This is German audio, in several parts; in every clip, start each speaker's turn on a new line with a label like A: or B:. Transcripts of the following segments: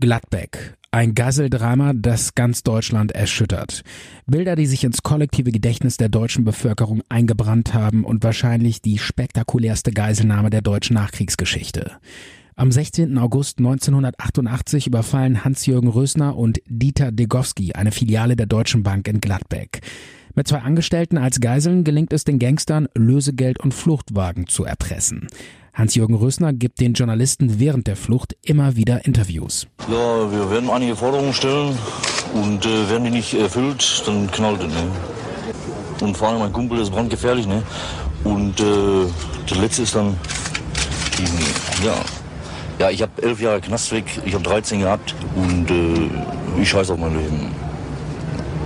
A: Gladbeck. Ein Geiseldrama, das ganz Deutschland erschüttert. Bilder, die sich ins kollektive Gedächtnis der deutschen Bevölkerung eingebrannt haben und wahrscheinlich die spektakulärste Geiselnahme der deutschen Nachkriegsgeschichte. Am 16. August 1988 überfallen Hans-Jürgen Rösner und Dieter Degowski eine Filiale der Deutschen Bank in Gladbeck. Mit zwei Angestellten als Geiseln gelingt es den Gangstern, Lösegeld und Fluchtwagen zu erpressen. Hans-Jürgen Rösner gibt den Journalisten während der Flucht immer wieder Interviews.
B: Ja, wir werden einige Forderungen stellen und äh, werden die nicht erfüllt, dann knallt es. Ne? Und vor allem mein Kumpel ist brandgefährlich. Ne? Und äh, das letzte ist dann, die, ja, ja, ich habe elf Jahre Knast weg, ich habe 13 gehabt und äh, ich scheiße auf mein Leben.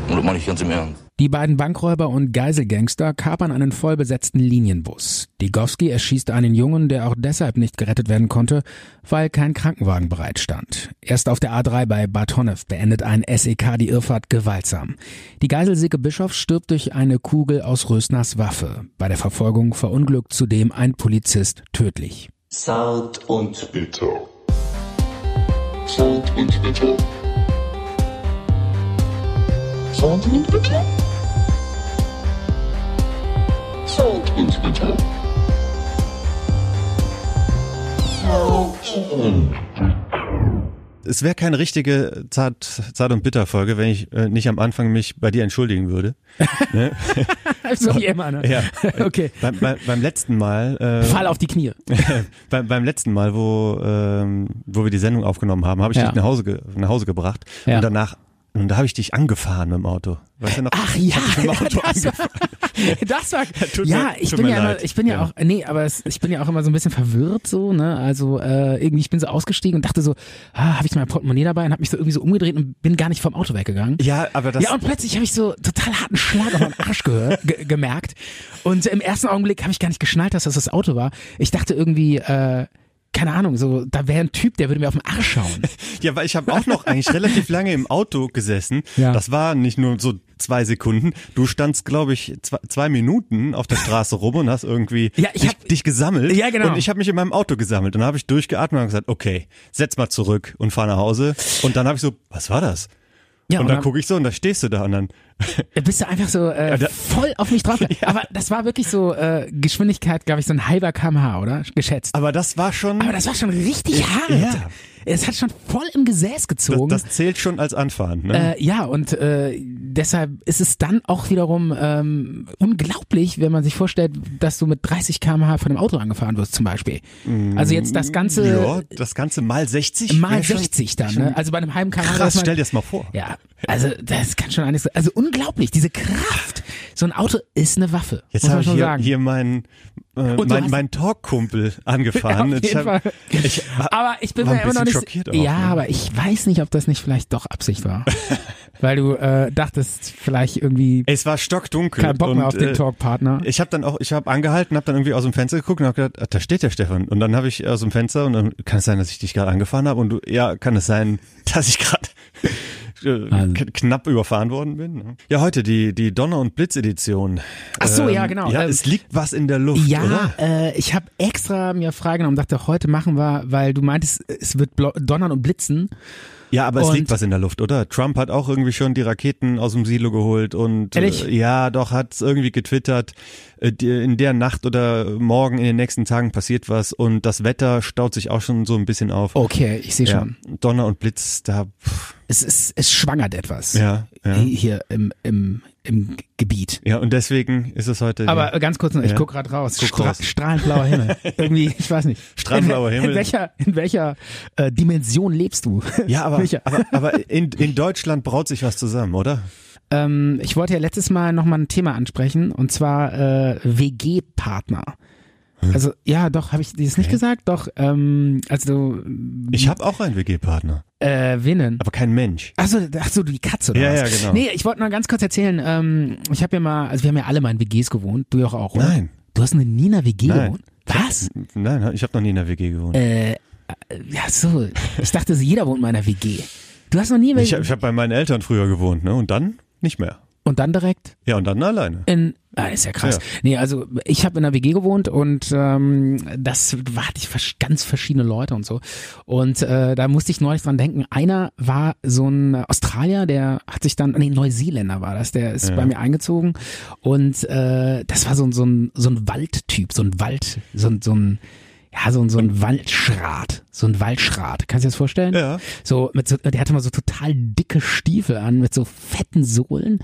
B: Und das meine ich ganz im Ernst.
A: Die beiden Bankräuber und Geiselgangster kapern einen vollbesetzten Linienbus. Degowski erschießt einen Jungen, der auch deshalb nicht gerettet werden konnte, weil kein Krankenwagen bereitstand. Erst auf der A3 bei Bad Honnef beendet ein SEK die Irrfahrt gewaltsam. Die Geisel Silke Bischof stirbt durch eine Kugel aus Rösners Waffe. Bei der Verfolgung verunglückt zudem ein Polizist tödlich.
C: Zart und
D: bitter. Zart und bitter. Zart und bitter. Zart und bitter. Zart und bitter
E: es wäre keine richtige zart, zart und bitter Folge, wenn ich äh, nicht am Anfang mich bei dir entschuldigen würde.
A: Ne? so wie immer, ne?
E: Ja.
A: okay.
E: Bei, bei, beim letzten Mal.
A: Äh, Fall auf die Knie.
E: bei, beim letzten Mal, wo ähm, wo wir die Sendung aufgenommen haben, habe ich
A: Ja.
E: dich nach Hause ge nach Hause gebracht
A: Ja.
E: und danach und da habe ich dich angefahren mit dem Auto. Weißt du noch?
A: Ach ja,
E: Hab dich mit dem Auto
A: das war, das war
E: Tut
A: ja,
E: mir-
A: ich
E: tut
A: bin
E: mir
A: ja, immer,
E: leid.
A: ich bin ja,
E: Ja.
A: auch, nee, aber es, ich bin ja auch immer so ein bisschen verwirrt so, ne? Also äh, irgendwie, ich bin so ausgestiegen und dachte so, ah, habe ich mein Portemonnaie dabei und habe mich so irgendwie so umgedreht und bin gar nicht vom Auto weggegangen.
E: ja, aber das
A: ja, und plötzlich habe ich so total harten Schlag auf meinen Arsch gehört, ge gemerkt. Und im ersten Augenblick habe ich gar nicht geschnallt, dass das das Auto war. Ich dachte irgendwie, äh, keine Ahnung, so, da wäre ein Typ, der würde mir auf den Arsch schauen.
E: Ja, weil ich habe auch noch eigentlich relativ lange im Auto gesessen.
A: Ja.
E: Das war nicht nur so zwei Sekunden. Du standst, glaube ich, zwei, zwei Minuten auf der Straße rum und hast irgendwie
A: Ja, ich
E: dich,
A: hab-
E: dich gesammelt.
A: Ja, genau.
E: Und ich habe mich in meinem Auto gesammelt. Und dann habe ich durchgeatmet und gesagt, okay, setz mal zurück und fahr nach Hause. Und dann habe ich so, was war das?
A: Ja,
E: und dann gucke ich so und da stehst du da und dann,
A: Da bist du einfach so äh,
E: Ja, da-
A: voll auf mich drauf. Aber das war wirklich so äh, Geschwindigkeit, glaube ich, so ein halber kmh, oder? Geschätzt.
E: aber das war schon,
A: Aber das war schon richtig hart.
E: ja.
A: Es hat schon voll im Gesäß gezogen.
E: das, das zählt schon als Anfahren. Ne?
A: äh, ja, und äh, deshalb ist es dann auch wiederum ähm, unglaublich, wenn man sich vorstellt, dass du mit 30 km/h von einem Auto angefahren wirst, zum Beispiel. Also jetzt das Ganze
E: ja, das Ganze mal 60.
A: mal
E: wär schon-
A: 60 dann, ne? Also bei einem halben kmh.
E: Krass,
A: ist man-
E: stell dir das mal vor.
A: Ja, also das kann schon einiges. Also unglaublich, diese Kraft. So ein Auto ist eine Waffe.
E: Jetzt
A: muss man
E: habe ich
A: schon
E: hier,
A: sagen.
E: hier meinen äh,
A: du
E: mein,
A: hast-
E: mein Talk-Kumpel angefahren.
A: Ja, auf
E: ich
A: jeden
E: hab-
A: Fall.
E: ich,
A: aber ich bin
E: war
A: mir
E: ein
A: immer noch nicht.
E: bisschen schockiert auch,
A: ja,
E: ne?
A: aber ich weiß nicht, ob das nicht vielleicht doch Absicht war. Weil du äh, dachtest, vielleicht irgendwie
E: es war stockdunkel.
A: keinen Bock
E: und,
A: mehr auf den
E: äh,
A: Talkpartner.
E: Ich habe dann auch, ich habe angehalten, habe dann irgendwie aus dem Fenster geguckt und habe gedacht, ah, da steht der Stefan. Und dann habe ich aus dem Fenster und dann kann es sein, dass ich dich gerade angefahren habe und du, ja, kann es sein, dass ich gerade äh,
A: Also.
E: k- knapp überfahren worden bin. ne? Ja, heute die die Donner und Blitz Edition.
A: Ach so, ja, genau.
E: Ja,
A: Ähm,
E: es liegt was in der Luft,
A: Ja,
E: oder?
A: äh, ich habe extra mir Frage genommen, dachte, heute machen wir, weil du meintest, es wird blo- donnern und blitzen.
E: Ja, aber es
A: Und-
E: liegt was in der Luft, oder? Trump hat auch irgendwie schon die Raketen aus dem Silo geholt und
A: Ehrlich?
E: Äh, ja, doch hat's irgendwie getwittert, äh, die- in der Nacht oder morgen in den nächsten Tagen passiert was und das Wetter staut sich auch schon so ein bisschen auf.
A: Okay, ich sehe
E: ja,
A: schon.
E: Donner und Blitz, da pff,
A: Es, ist, es schwangert etwas
E: ja, ja.
A: hier im, im, im Gebiet.
E: Ja, und deswegen ist es heute
A: Aber
E: ja,
A: ganz kurz noch, ich
E: Ja.
A: guck grad raus.
E: Guck
A: Stra
E: raus.
A: Strahlenblauer Himmel. Irgendwie, ich weiß nicht.
E: Strahlenblauer
A: in, wel-
E: Himmel.
A: In welcher, in welcher äh, Dimension lebst du?
E: ja, aber,
A: Micha.
E: aber, aber in, in Deutschland braut sich was zusammen, oder?
A: ähm, ich wollte ja letztes Mal nochmal ein Thema ansprechen und zwar äh, WG-Partner.
E: Hm.
A: Also ja, doch, habe ich das nicht gesagt? Doch, ähm, also
E: Ich habe auch einen WG-Partner,
A: äh, wen denn?
E: aber kein Mensch.
A: Achso, achso, die Katze oder
E: Ja,
A: was?
E: ja, genau.
A: Nee, ich wollte noch ganz kurz erzählen, ähm, ich habe ja mal, also wir haben ja alle mal in WGs gewohnt, du ja auch, oder?
E: Nein.
A: Du hast eine Nina WG
E: Nein.
A: gewohnt? Was?
E: Nein, ich habe noch nie in der WG gewohnt.
A: Äh. Ja, so. Ich dachte, jeder wohnt in meiner WG. Du hast noch nie
E: ich
A: welche.
E: habe ich hab bei meinen Eltern früher gewohnt, ne? Und dann nicht mehr.
A: Und dann direkt
E: Ja, und dann alleine.
A: in, ah, ist ja krass.
E: Ja.
A: Nee, also ich habe in einer WG gewohnt und ähm, das war ich versch- ganz verschiedene Leute und so. Und äh, da musste ich neulich dran denken. Einer war so ein Australier, der hat sich dann, nee, Neuseeländer war das, der ist
E: Ja.
A: bei mir eingezogen. Und äh, das war so ein, so ein, so ein Waldtyp, so ein Wald, so ein, so ein ja, so ein, so ein Waldschrat, so ein Waldschrat. Kannst du dir das vorstellen?
E: Ja.
A: So, mit so, der hatte mal so total dicke Stiefel an, mit so fetten Sohlen.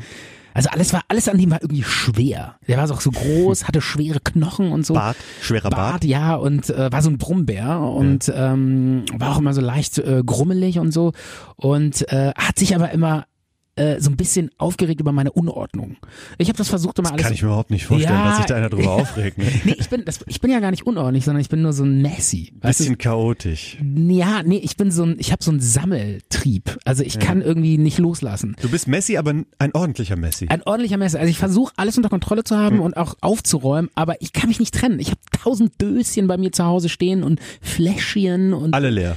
A: Also alles war, alles an ihm war irgendwie schwer. Der war so auch so groß, hatte schwere Knochen und so.
E: Bart, schwerer Bart.
A: Bart, ja, und äh, war so ein Brummbär und ähm, war auch immer so leicht äh, grummelig und so und äh, hat sich aber immer äh, so ein bisschen aufgeregt über meine Unordnung. Ich habe das versucht, immer alles
E: Kann ich mir überhaupt nicht vorstellen,
A: Ja.
E: dass sich da einer drüber aufregt. Ne?
A: Nee, ich bin, das, ich bin ja gar nicht unordentlich, sondern ich bin nur so ein Messi. Weißt du,
E: Bisschen chaotisch.
A: ja, nee, ich bin so ein, ich habe so einen Sammeltrieb. Also ich kann irgendwie nicht loslassen.
E: Du bist Messi, aber ein ordentlicher Messi.
A: Ein ordentlicher Messer. Also ich versuche alles unter Kontrolle zu haben und auch aufzuräumen, aber ich kann mich nicht trennen. Ich habe tausend Döschen bei mir zu Hause stehen und Fläschchen und
E: Alle leer.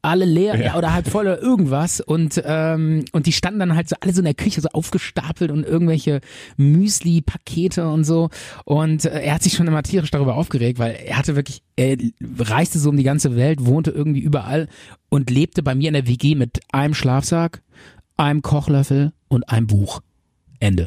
A: alle leer ja.
E: Ja.
A: oder halb voll oder irgendwas und ähm, und die standen dann halt so alle so in der Küche so aufgestapelt und irgendwelche Müsli Pakete und so und äh, er hat sich schon immer tierisch darüber aufgeregt weil er hatte wirklich er reiste so um die ganze Welt wohnte irgendwie überall und lebte bei mir in der WG mit einem Schlafsack einem Kochlöffel und einem Buch Ende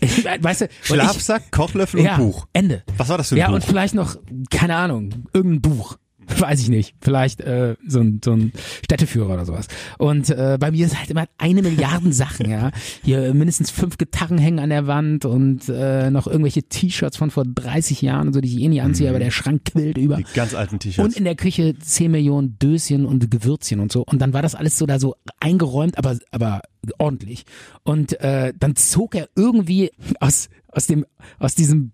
A: ich, äh, weißt du und
E: Schlafsack, Kochlöffel
A: ich, ja,
E: und Buch.
A: Ende
E: Was war das für ein
A: ja,
E: Buch?
A: und vielleicht noch, keine Ahnung, irgendein Buch. Weiß ich nicht. Vielleicht äh, so, ein, so ein Städteführer oder sowas. Und äh, bei mir ist halt immer eine Milliarden Sachen, ja. Hier mindestens fünf Gitarren hängen an der Wand und äh, noch irgendwelche T-Shirts von vor 30 Jahren und so, die ich eh nie anziehe, aber der Schrank quillt über.
E: Mhm. Die ganz alten T-Shirts.
A: Und in der Küche 10 Millionen Döschen und Gewürzchen und so. Und dann war das alles so da so eingeräumt, aber, aber ordentlich. Und äh, dann zog er irgendwie aus, aus, dem, aus diesem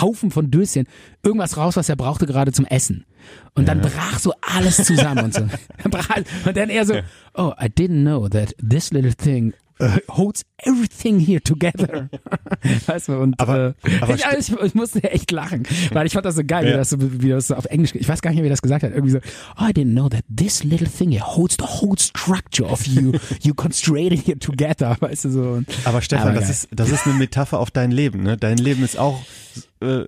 A: Haufen von Döschen irgendwas raus, was er brauchte gerade zum Essen. Und dann brach so alles zusammen und so. Dann brach alles- und dann er so, oh, I didn't know that this little thing äh, holds everything here together. weißt du, und
E: Aber-
A: äh,
E: aber
A: ich, ich, ich musste echt lachen, weil ich fand das so geil, wie,
E: Ja.
A: das so, wie das so auf Englisch, ich weiß gar nicht mehr, wie das gesagt hat, irgendwie so, oh, I didn't know that this little thing here holds the whole structure of you, you constructed here together, weißt du, so. Und,
E: aber Stefan,
A: Aber
E: das,
A: geil.
E: ist, das ist eine Metapher auf dein Leben. Ne? Dein Leben ist auch... Äh,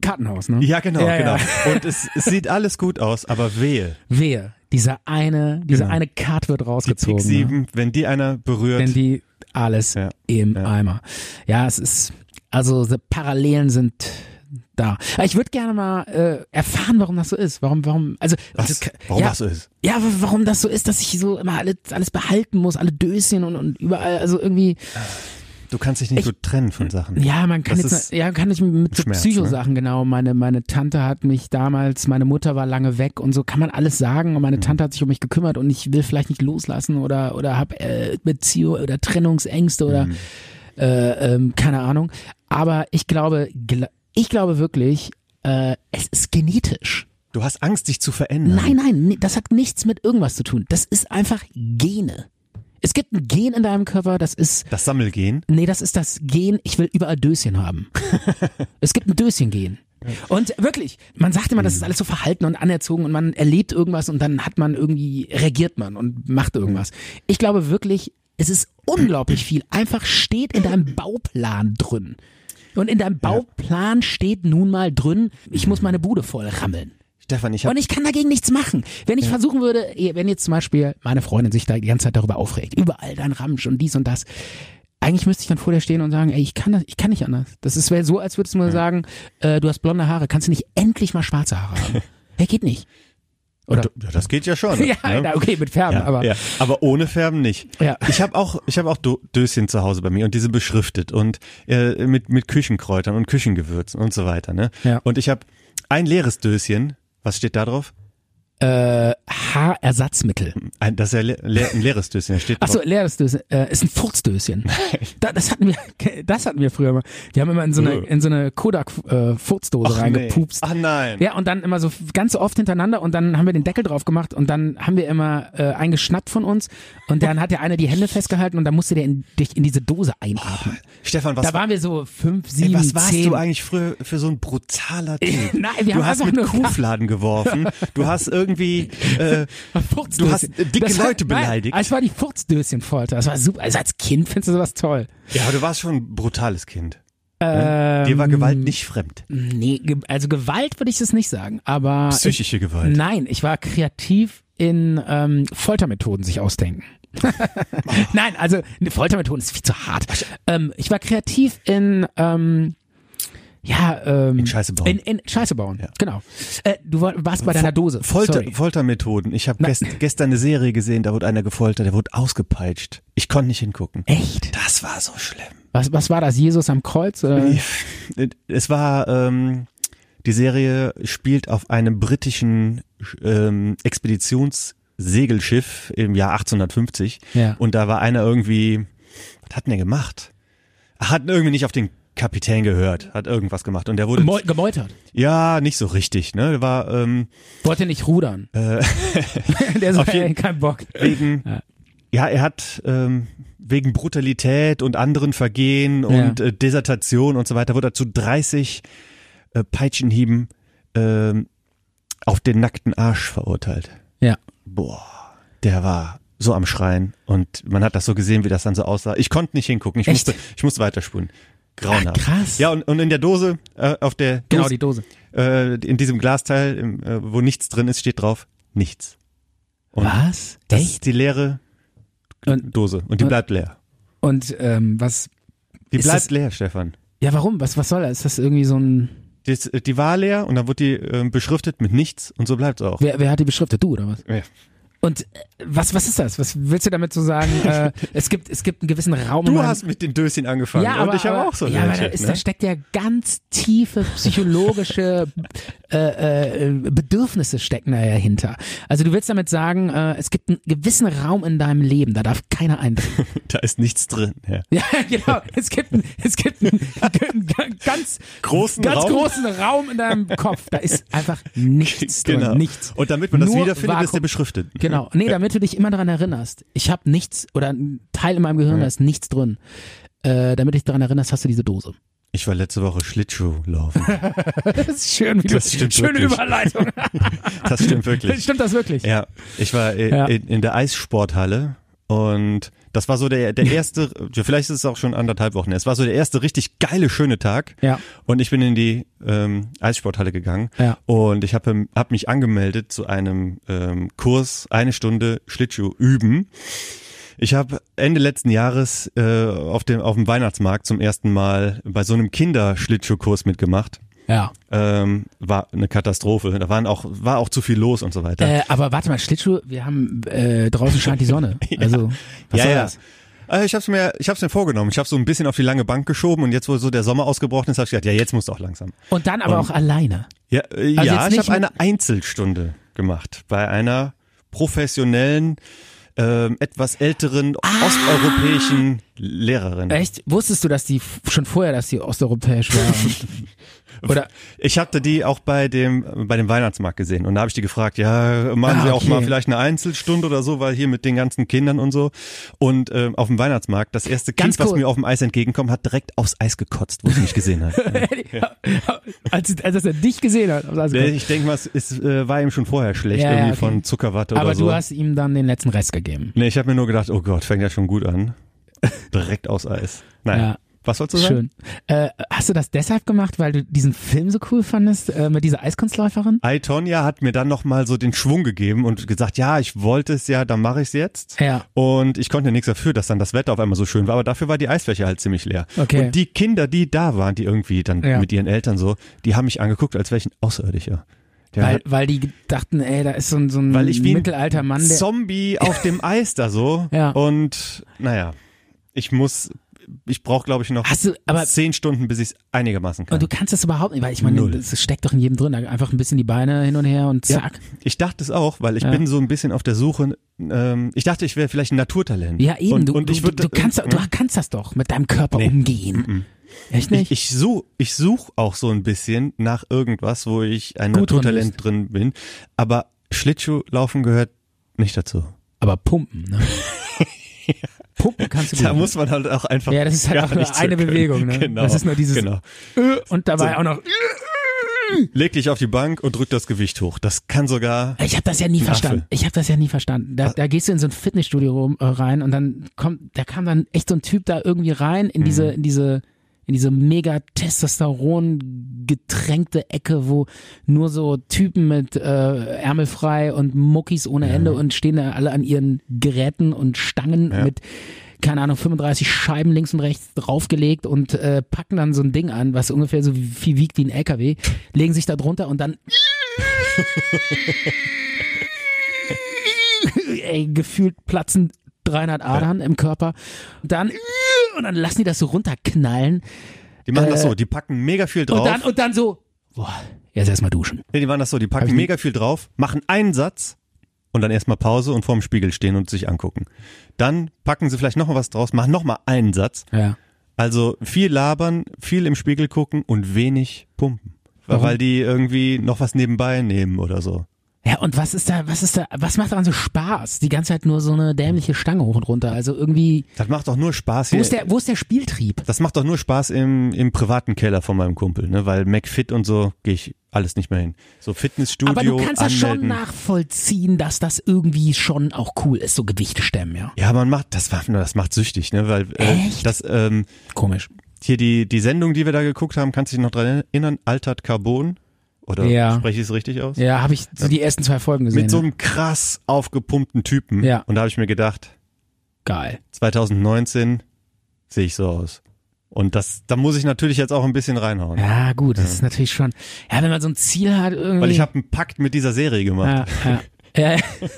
A: Kartenhaus, ne?
E: ja, genau,
A: Ja, ja.
E: genau. Und es, es sieht alles gut aus, aber wehe.
A: Wehe, dieser eine, diese
E: Genau.
A: eine Card wird
E: Die
A: rausgezogen.
E: Pick 7, wenn die einer berührt,
A: Denn ne? die alles
E: Ja,
A: im
E: ja.
A: Eimer. Ja, es ist, also die Parallelen sind da. Aber Ich würde gerne mal äh, erfahren, warum das so ist. Warum, warum, also
E: was,
A: also,
E: warum
A: ja,
E: das so ist.
A: Ja, w- warum das so ist, dass ich so immer alles, alles behalten muss, alle Döschen und, und überall, also irgendwie,
E: Du kannst dich nicht so trennen von Sachen.
A: ja, man kann
E: Das
A: jetzt,
E: ist
A: ja, kann ich mit so
E: Schmerz, ne?
A: Psychosachen, genau, meine, meine Tante hat mich damals, meine Mutter war lange weg und so, kann man alles sagen und
E: Mhm.
A: meine Tante hat sich um mich gekümmert und ich will vielleicht nicht loslassen oder, oder hab äh, Beziehung oder Trennungsängste oder,
E: Mhm.
A: äh, ähm, keine Ahnung, aber ich glaube, gl ich glaube wirklich, äh, es ist genetisch.
E: Du hast Angst, dich zu verändern.
A: Nein, nein, nee, das hat nichts mit irgendwas zu tun. Das ist einfach Gene. Es gibt ein Gen in deinem Körper, das ist,
E: Das Sammelgehen.
A: nee, das ist das Gen, ich will überall Döschen haben. es gibt ein Döschen-Gen. Und wirklich, man sagt immer, das ist alles so verhalten und anerzogen und man erlebt irgendwas und dann hat man irgendwie, reagiert man und macht irgendwas. Ich glaube wirklich, es ist unglaublich viel. Einfach steht in deinem Bauplan drin. Und in deinem Bauplan steht nun mal drin, ich muss meine Bude voll rammeln.
E: Stefan, ich habe
A: Und ich kann dagegen nichts machen. Wenn ich versuchen würde, eh, wenn jetzt zum Beispiel meine Freundin sich da die ganze Zeit darüber aufregt, überall dann Ramsch und dies und das. Eigentlich müsste ich dann vor dir stehen und sagen, ey, ich kann das, ich kann nicht anders. Das ist wäre so, als würdest du mir sagen, äh, du hast blonde Haare, kannst du nicht endlich mal schwarze Haare haben? hey, geht nicht. Oder?
E: Ja, das geht ja schon.
A: Ja,
E: ne?
A: na, okay, mit Färben,
E: ja,
A: aber
E: ja. aber ohne Färben nicht.
A: Ja.
E: Ich habe auch, ich habe auch Do- Döschen zu Hause bei mir und diese beschriftet und äh, mit mit Küchenkräutern und Küchengewürzen und so weiter. Ne?
A: Ja.
E: Und ich habe ein leeres Döschen. Was steht da drauf?
A: Haarersatzmittel.
E: Ein, das ist ja le le ein leeres Döschen. Da steht drauf.
A: Achso, leeres Döschen, äh, ist ein Furzdöschen. Da, das hatten wir, das hatten wir früher mal. Die haben immer in so eine, in so eine Kodak äh, Furzdose
E: Ach, nee.
A: reingepupst.
E: Ach nein.
A: Ja, und dann immer so ganz oft hintereinander und dann haben wir den Deckel drauf gemacht und dann haben wir immer äh, einen geschnappt von uns und dann hat der eine die Hände festgehalten und dann musste der in, dich in diese Dose einatmen.
E: Stefan, was
A: da waren wir so fünf,
E: Ey,
A: sieben,
E: was warst
A: zehn.
E: du eigentlich früher für so ein brutaler Typ?
A: Nein, wir
E: du
A: haben
E: hast
A: einfach
E: mit
A: nur-
E: Kuhfladen geworfen, du hast irgendwie äh,
A: Furzdöschen.
E: Du hast, äh, dicke
A: das war,
E: Leute beleidigt.
A: Nein, es war die Furzdöschenfolter. Das war super. Also als Kind findest du sowas toll.
E: Ja, aber du warst schon ein brutales Kind. ne? Dir war
A: Ähm,
E: Gewalt nicht fremd.
A: Nee, ge- also Gewalt würde ich das nicht sagen, aber.
E: Psychische Gewalt.
A: Nein, ich war kreativ in ähm, Foltermethoden sich ausdenken. Nein, also ne, Foltermethoden ist viel zu hart. Ähm, ich war kreativ in ähm, ja ähm,
E: In Scheiße bauen.
A: In, in Scheiße bauen. Genau. Äh, du war- warst bei deiner Dose.
E: Folter,
A: Sorry.
E: Foltermethoden. Ich habe gest, gestern eine Serie gesehen, da wurde einer gefoltert, der wurde ausgepeitscht. Ich konnte nicht hingucken.
A: Echt?
E: Das war so schlimm.
A: Was, was war das? Jesus am Kreuz? äh? Oder?
E: Es war, ähm, die Serie spielt auf einem britischen ähm, Expeditionssegelschiff im Jahr 1850.
A: Ja.
E: Und da war einer irgendwie, was hat denn der gemacht? Hat irgendwie nicht auf den Kapitän gehört, hat irgendwas gemacht. Und der wurde,
A: Gemol- Gemeutert.
E: ja, nicht so richtig, ne, der war, ähm,
A: Wollte nicht rudern. Der so,
E: Äh. Auf jeden-
A: ey, kein Bock.
E: wegen, ja. er hat ähm, wegen Brutalität und anderen Vergehen und äh, Desertation und so weiter, wurde er zu 30 äh, Peitschenhieben ähm, auf den nackten Arsch verurteilt.
A: Ja.
E: Boah, der war so am Schreien und man hat das so gesehen, wie das dann so aussah. Ich konnte nicht hingucken, ich
A: Echt?
E: musste, ich musste weiterspulen. Grauenhaft.
A: Ah, krass.
E: Ja, und, und in der Dose, äh, auf der
A: Genau,
E: Dose,
A: die Dose.
E: äh, in diesem Glasteil, im, äh, wo nichts drin ist, steht drauf, nichts. Und
A: Was?
E: das
A: Echt?
E: ist die leere
A: Und-
E: Dose und die
A: und-
E: bleibt leer.
A: Und ähm, was?
E: Die
A: ist
E: bleibt
A: das-
E: leer, Stefan.
A: Ja, warum? Was, was soll das? Ist das irgendwie so ein?
E: Die, ist- die war leer und dann wurde die ähm, beschriftet mit nichts und so bleibt es auch.
A: Wer, wer hat die beschriftet? Du oder was?
E: Ja.
A: Und äh, was, was ist das? Was willst du damit so sagen? äh, es gibt, es gibt einen gewissen Raum.
E: Du
A: in meinem-
E: hast mit den Döschen angefangen
A: ja,
E: und
A: aber,
E: ich habe
A: aber-
E: auch so
A: ja, aber
E: welche,
A: da, ist,
E: ne?
A: da steckt ja ganz tiefe psychologische äh, äh, Bedürfnisse stecken da ja hinter. Also du willst damit sagen, äh, es gibt einen gewissen Raum in deinem Leben, da darf keiner eindringen.
E: da ist nichts drin. Ja.
A: Ja, genau. Es gibt, einen- es gibt einen, einen ganz,
E: Großen
A: ganz
E: Raum?
A: großen Raum in deinem Kopf. Da ist einfach nichts drin.
E: Genau.
A: Nichts.
E: Und damit man das
A: Nur
E: wiederfindet, ist der
A: Vakuum.
E: beschriftet.
A: Genau. Nee, damit du dich immer daran erinnerst. Ich habe nichts oder ein Teil in meinem Gehirn, da ist nichts drin. Äh, damit dich daran erinnerst, hast du diese Dose.
E: Ich war letzte Woche Schlittschuhlaufen.
A: Das ist schön, wie
E: Das
A: du,
E: stimmt
A: schöne
E: wirklich.
A: Überleitung.
E: Das stimmt wirklich.
A: stimmt das wirklich?
E: Ja, ich war äh,
A: Ja.
E: in, in der Eissporthalle und das war so der, der erste, ja, vielleicht ist es auch schon anderthalb Wochen, her, es war so der erste richtig geile, schöne Tag.
A: Ja.
E: Und ich bin in die ähm, Eissporthalle gegangen
A: Ja.
E: und ich habe hab mich angemeldet zu einem ähm, Kurs, eine Stunde Schlittschuh üben. Ich habe Ende letzten Jahres äh, auf, dem, auf dem Weihnachtsmarkt zum ersten Mal bei so einem Kinderschlittschuhkurs mitgemacht.
A: Ja.
E: Ähm, war eine Katastrophe. Da waren auch, war auch zu viel los und so weiter.
A: Äh, aber warte mal, Schlittschuh, wir haben, äh, draußen scheint die Sonne. Also, was
E: ja,
A: soll
E: ja.
A: das?
E: Äh, Ich habe es mir, ich hab's mir vorgenommen. Ich habe so ein bisschen auf die lange Bank geschoben und jetzt, wo so der Sommer ausgebrochen ist, habe ich gedacht, ja, jetzt musst du auch langsam.
A: Und dann aber auch alleine.
E: Ja, äh,
A: Also
E: ja
A: jetzt
E: ich
A: nicht
E: habe
A: mit-
E: eine Einzelstunde gemacht bei einer professionellen, ähm, etwas älteren osteuropäischen Lehrerin.
A: Ah. Echt? Wusstest du, dass die f- schon vorher, dass die osteuropäisch waren? Oder,
E: Ich hatte die auch bei dem bei dem Weihnachtsmarkt gesehen und da habe ich die gefragt, ja, machen
A: Ah,
E: Sie auch
A: okay.
E: mal vielleicht eine Einzelstunde oder so, weil hier mit den ganzen Kindern und so und ähm, auf dem Weihnachtsmarkt das erste
A: Ganz
E: Kind, was
A: kurz.
E: mir auf dem Eis entgegenkommt, hat direkt aufs Eis gekotzt, wo sie mich gesehen hat.
A: als, als er dich gesehen hat. Also,
E: Nee, Ich denke mal, es ist, äh, war ihm schon vorher schlecht,
A: Ja, ja,
E: irgendwie
A: okay.
E: von Zuckerwatte
A: aber
E: oder so.
A: du hast ihm dann den letzten Rest gegeben.
E: nee, ich habe mir nur gedacht, oh Gott, fängt ja schon gut an. Direkt aus Eis. Naja.
A: Ja.
E: Was sollst du sagen?
A: Schön. Äh, hast du das deshalb gemacht, weil du diesen Film so cool fandest äh, mit dieser Eiskunstläuferin?
E: Aitonia hat mir dann nochmal so den Schwung gegeben und gesagt, ja, ich wollte es ja, dann mache ich es jetzt.
A: Ja.
E: Und ich konnte nichts dafür, dass dann das Wetter auf einmal so schön war, aber dafür war die Eisfläche halt ziemlich leer.
A: Okay.
E: Und die Kinder, die da waren, die irgendwie dann
A: Ja.
E: mit ihren Eltern so, die haben mich angeguckt, als wäre ich ein Außerirdischer. Der
A: Weil, weil die dachten, ey, da ist so ein, so ein
E: weil ich wie ein
A: mittelalter Mann, der.
E: Zombie auf dem Eis da so.
A: Ja.
E: Und naja, ich muss, ich brauche glaube ich noch
A: Hast du, aber
E: zehn Stunden, bis ich es einigermaßen kann.
A: und du kannst das überhaupt nicht, weil ich meine,
E: Null.
A: das steckt doch in jedem drin. Einfach ein bisschen die Beine hin und her und
E: ja,
A: zack.
E: ich dachte es auch, weil ich bin so ein bisschen auf der Suche. Ähm, ich dachte, ich wäre vielleicht ein Naturtalent.
A: Ja, eben.
E: Und,
A: du,
E: und
A: du,
E: ich hm, würd,
A: du, kannst, doch- du kannst das doch mit deinem Körper umgehen. Echt nicht?
E: Ich, ich suche ich such auch so ein bisschen nach irgendwas, wo ich ein
A: Gut drin
E: Naturtalent drin bin. Aber Schlittschuhlaufen gehört nicht dazu.
A: aber pumpen, ne? pumpen kannst du
E: Da
A: gut.
E: muss man halt auch einfach.
A: Ja, das ist halt
E: gar
A: auch nur
E: nichts
A: eine
E: für können.
A: Bewegung, ne?
E: Genau.
A: Das ist nur dieses-
E: Genau.
A: Und dabei auch noch.
E: Leg dich auf die Bank und drück das Gewicht hoch. Das kann sogar.
A: Ich habe das ja nie
E: Affe.
A: verstanden. Ich habe das ja nie verstanden. Da, da gehst du in so ein Fitnessstudio rum, äh, rein und dann kommt, da kam dann echt so ein Typ da irgendwie rein in diese, in diese, in diese mega Testosteron getränkte Ecke, wo nur so Typen mit äh, ärmelfrei und Muckis ohne Ende und stehen da alle an ihren Geräten und Stangen mit keine Ahnung, 35 Scheiben links und rechts draufgelegt und äh, packen dann so ein Ding an, was ungefähr so wie- viel wiegt wie ein LKW, legen sich da drunter und dann ey, gefühlt platzen 300 Adern im Körper. Und dann, und dann lassen die das so runterknallen.
E: Die machen das so, die packen mega viel drauf.
A: Äh. Und dann, und dann so, boah, jetzt erstmal duschen.
E: nee, die machen das so, die
A: Hab ich
E: packen
A: nie-
E: mega viel drauf, machen einen Satz und dann erstmal Pause und vorm Spiegel stehen und sich angucken. Dann packen sie vielleicht nochmal was draus, machen nochmal einen Satz.
A: Ja.
E: Also viel labern, viel im Spiegel gucken und wenig pumpen.
A: Warum?
E: Weil die irgendwie noch was nebenbei nehmen oder so.
A: Ja, und was ist da, was ist da, was macht daran so Spaß? Die ganze Zeit nur so eine dämliche Stange hoch und runter. Also irgendwie,
E: Das macht doch nur Spaß
A: wo
E: hier.
A: ist der, wo ist der Spieltrieb?
E: das macht doch nur Spaß im, im privaten Keller von meinem Kumpel, ne? Weil McFit und so gehe ich alles nicht mehr hin. So Fitnessstudio.
A: Aber du kannst das schon
E: anmelden.
A: nachvollziehen, dass das irgendwie schon auch cool ist, so Gewichte stemmen, ja.
E: Ja, man macht, das, war- das macht süchtig, ne? Weil äh,
A: Echt?
E: das, ähm,
A: Komisch.
E: hier die, die Sendung, die wir da geguckt haben, kannst du dich noch dran erinnern? Altert Carbon? Oder
A: Ja.
E: spreche ich es richtig aus?
A: Ja, habe ich so die ersten zwei Folgen gesehen.
E: Mit so
A: ne?
E: einem krass aufgepumpten Typen.
A: Ja.
E: Und da habe ich mir gedacht,
A: Geil.
E: 2019 sehe ich so aus. Und das, da muss ich natürlich jetzt auch ein bisschen reinhauen.
A: Ja, gut, das ist natürlich schon. Ja, wenn man so ein Ziel hat, irgendwie.
E: Weil ich habe einen Pakt mit dieser Serie gemacht.
A: Ja, ja. ja.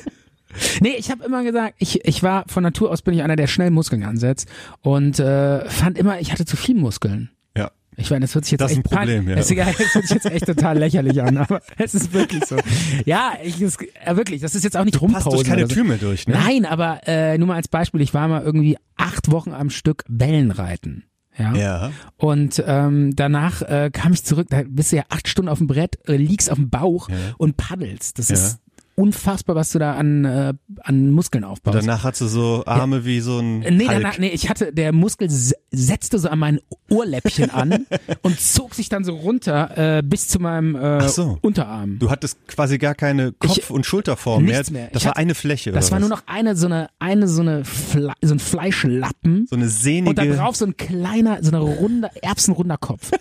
A: Nee, ich habe immer gesagt, ich, ich war von Natur aus bin ich einer, der schnell Muskeln ansetzt und äh, fand immer, ich hatte zu viel Muskeln.
E: Ja.
A: Ich meine, das hört sich jetzt
E: Das ist
A: echt
E: ein Problem,
A: pein-
E: ja.
A: Es ist egal, das hört sich jetzt echt total lächerlich an, aber es ist wirklich so. Ja, ich, es, ja wirklich, das ist jetzt auch nicht
E: Passt durch
A: rumpausen.
E: keine
A: oder so.
E: Tür mehr durch, ne?
A: Nein, aber äh, nur mal als Beispiel, ich war mal irgendwie acht Wochen am Stück Wellenreiten. Ja.
E: Ja.
A: Und ähm, danach äh, kam ich zurück, da bist du ja acht Stunden auf dem Brett, äh, liegst auf dem Bauch und paddelst. Das ist unfassbar, was du da an, äh, an Muskeln aufbaust.
E: Danach hat sie so Arme wie so ein
A: Äh, Nee,
E: Hulk.
A: danach, nee, ich hatte, der Muskel se- setzte so an meinen Ohrläppchen an und zog sich dann so runter äh, bis zu meinem äh,
E: Ach so.
A: Unterarm.
E: Du hattest quasi gar keine Kopf- und Schulterform mehr.
A: nichts mehr.
E: Das
A: Ich
E: war
A: hatte-
E: eine Fläche.
A: das
E: oder
A: war
E: was?
A: nur noch eine, so eine, eine, so eine, Fle so ein Fleischlappen.
E: so eine sehnige.
A: Und da drauf so ein kleiner, so ein runder, erbsenrunder Kopf.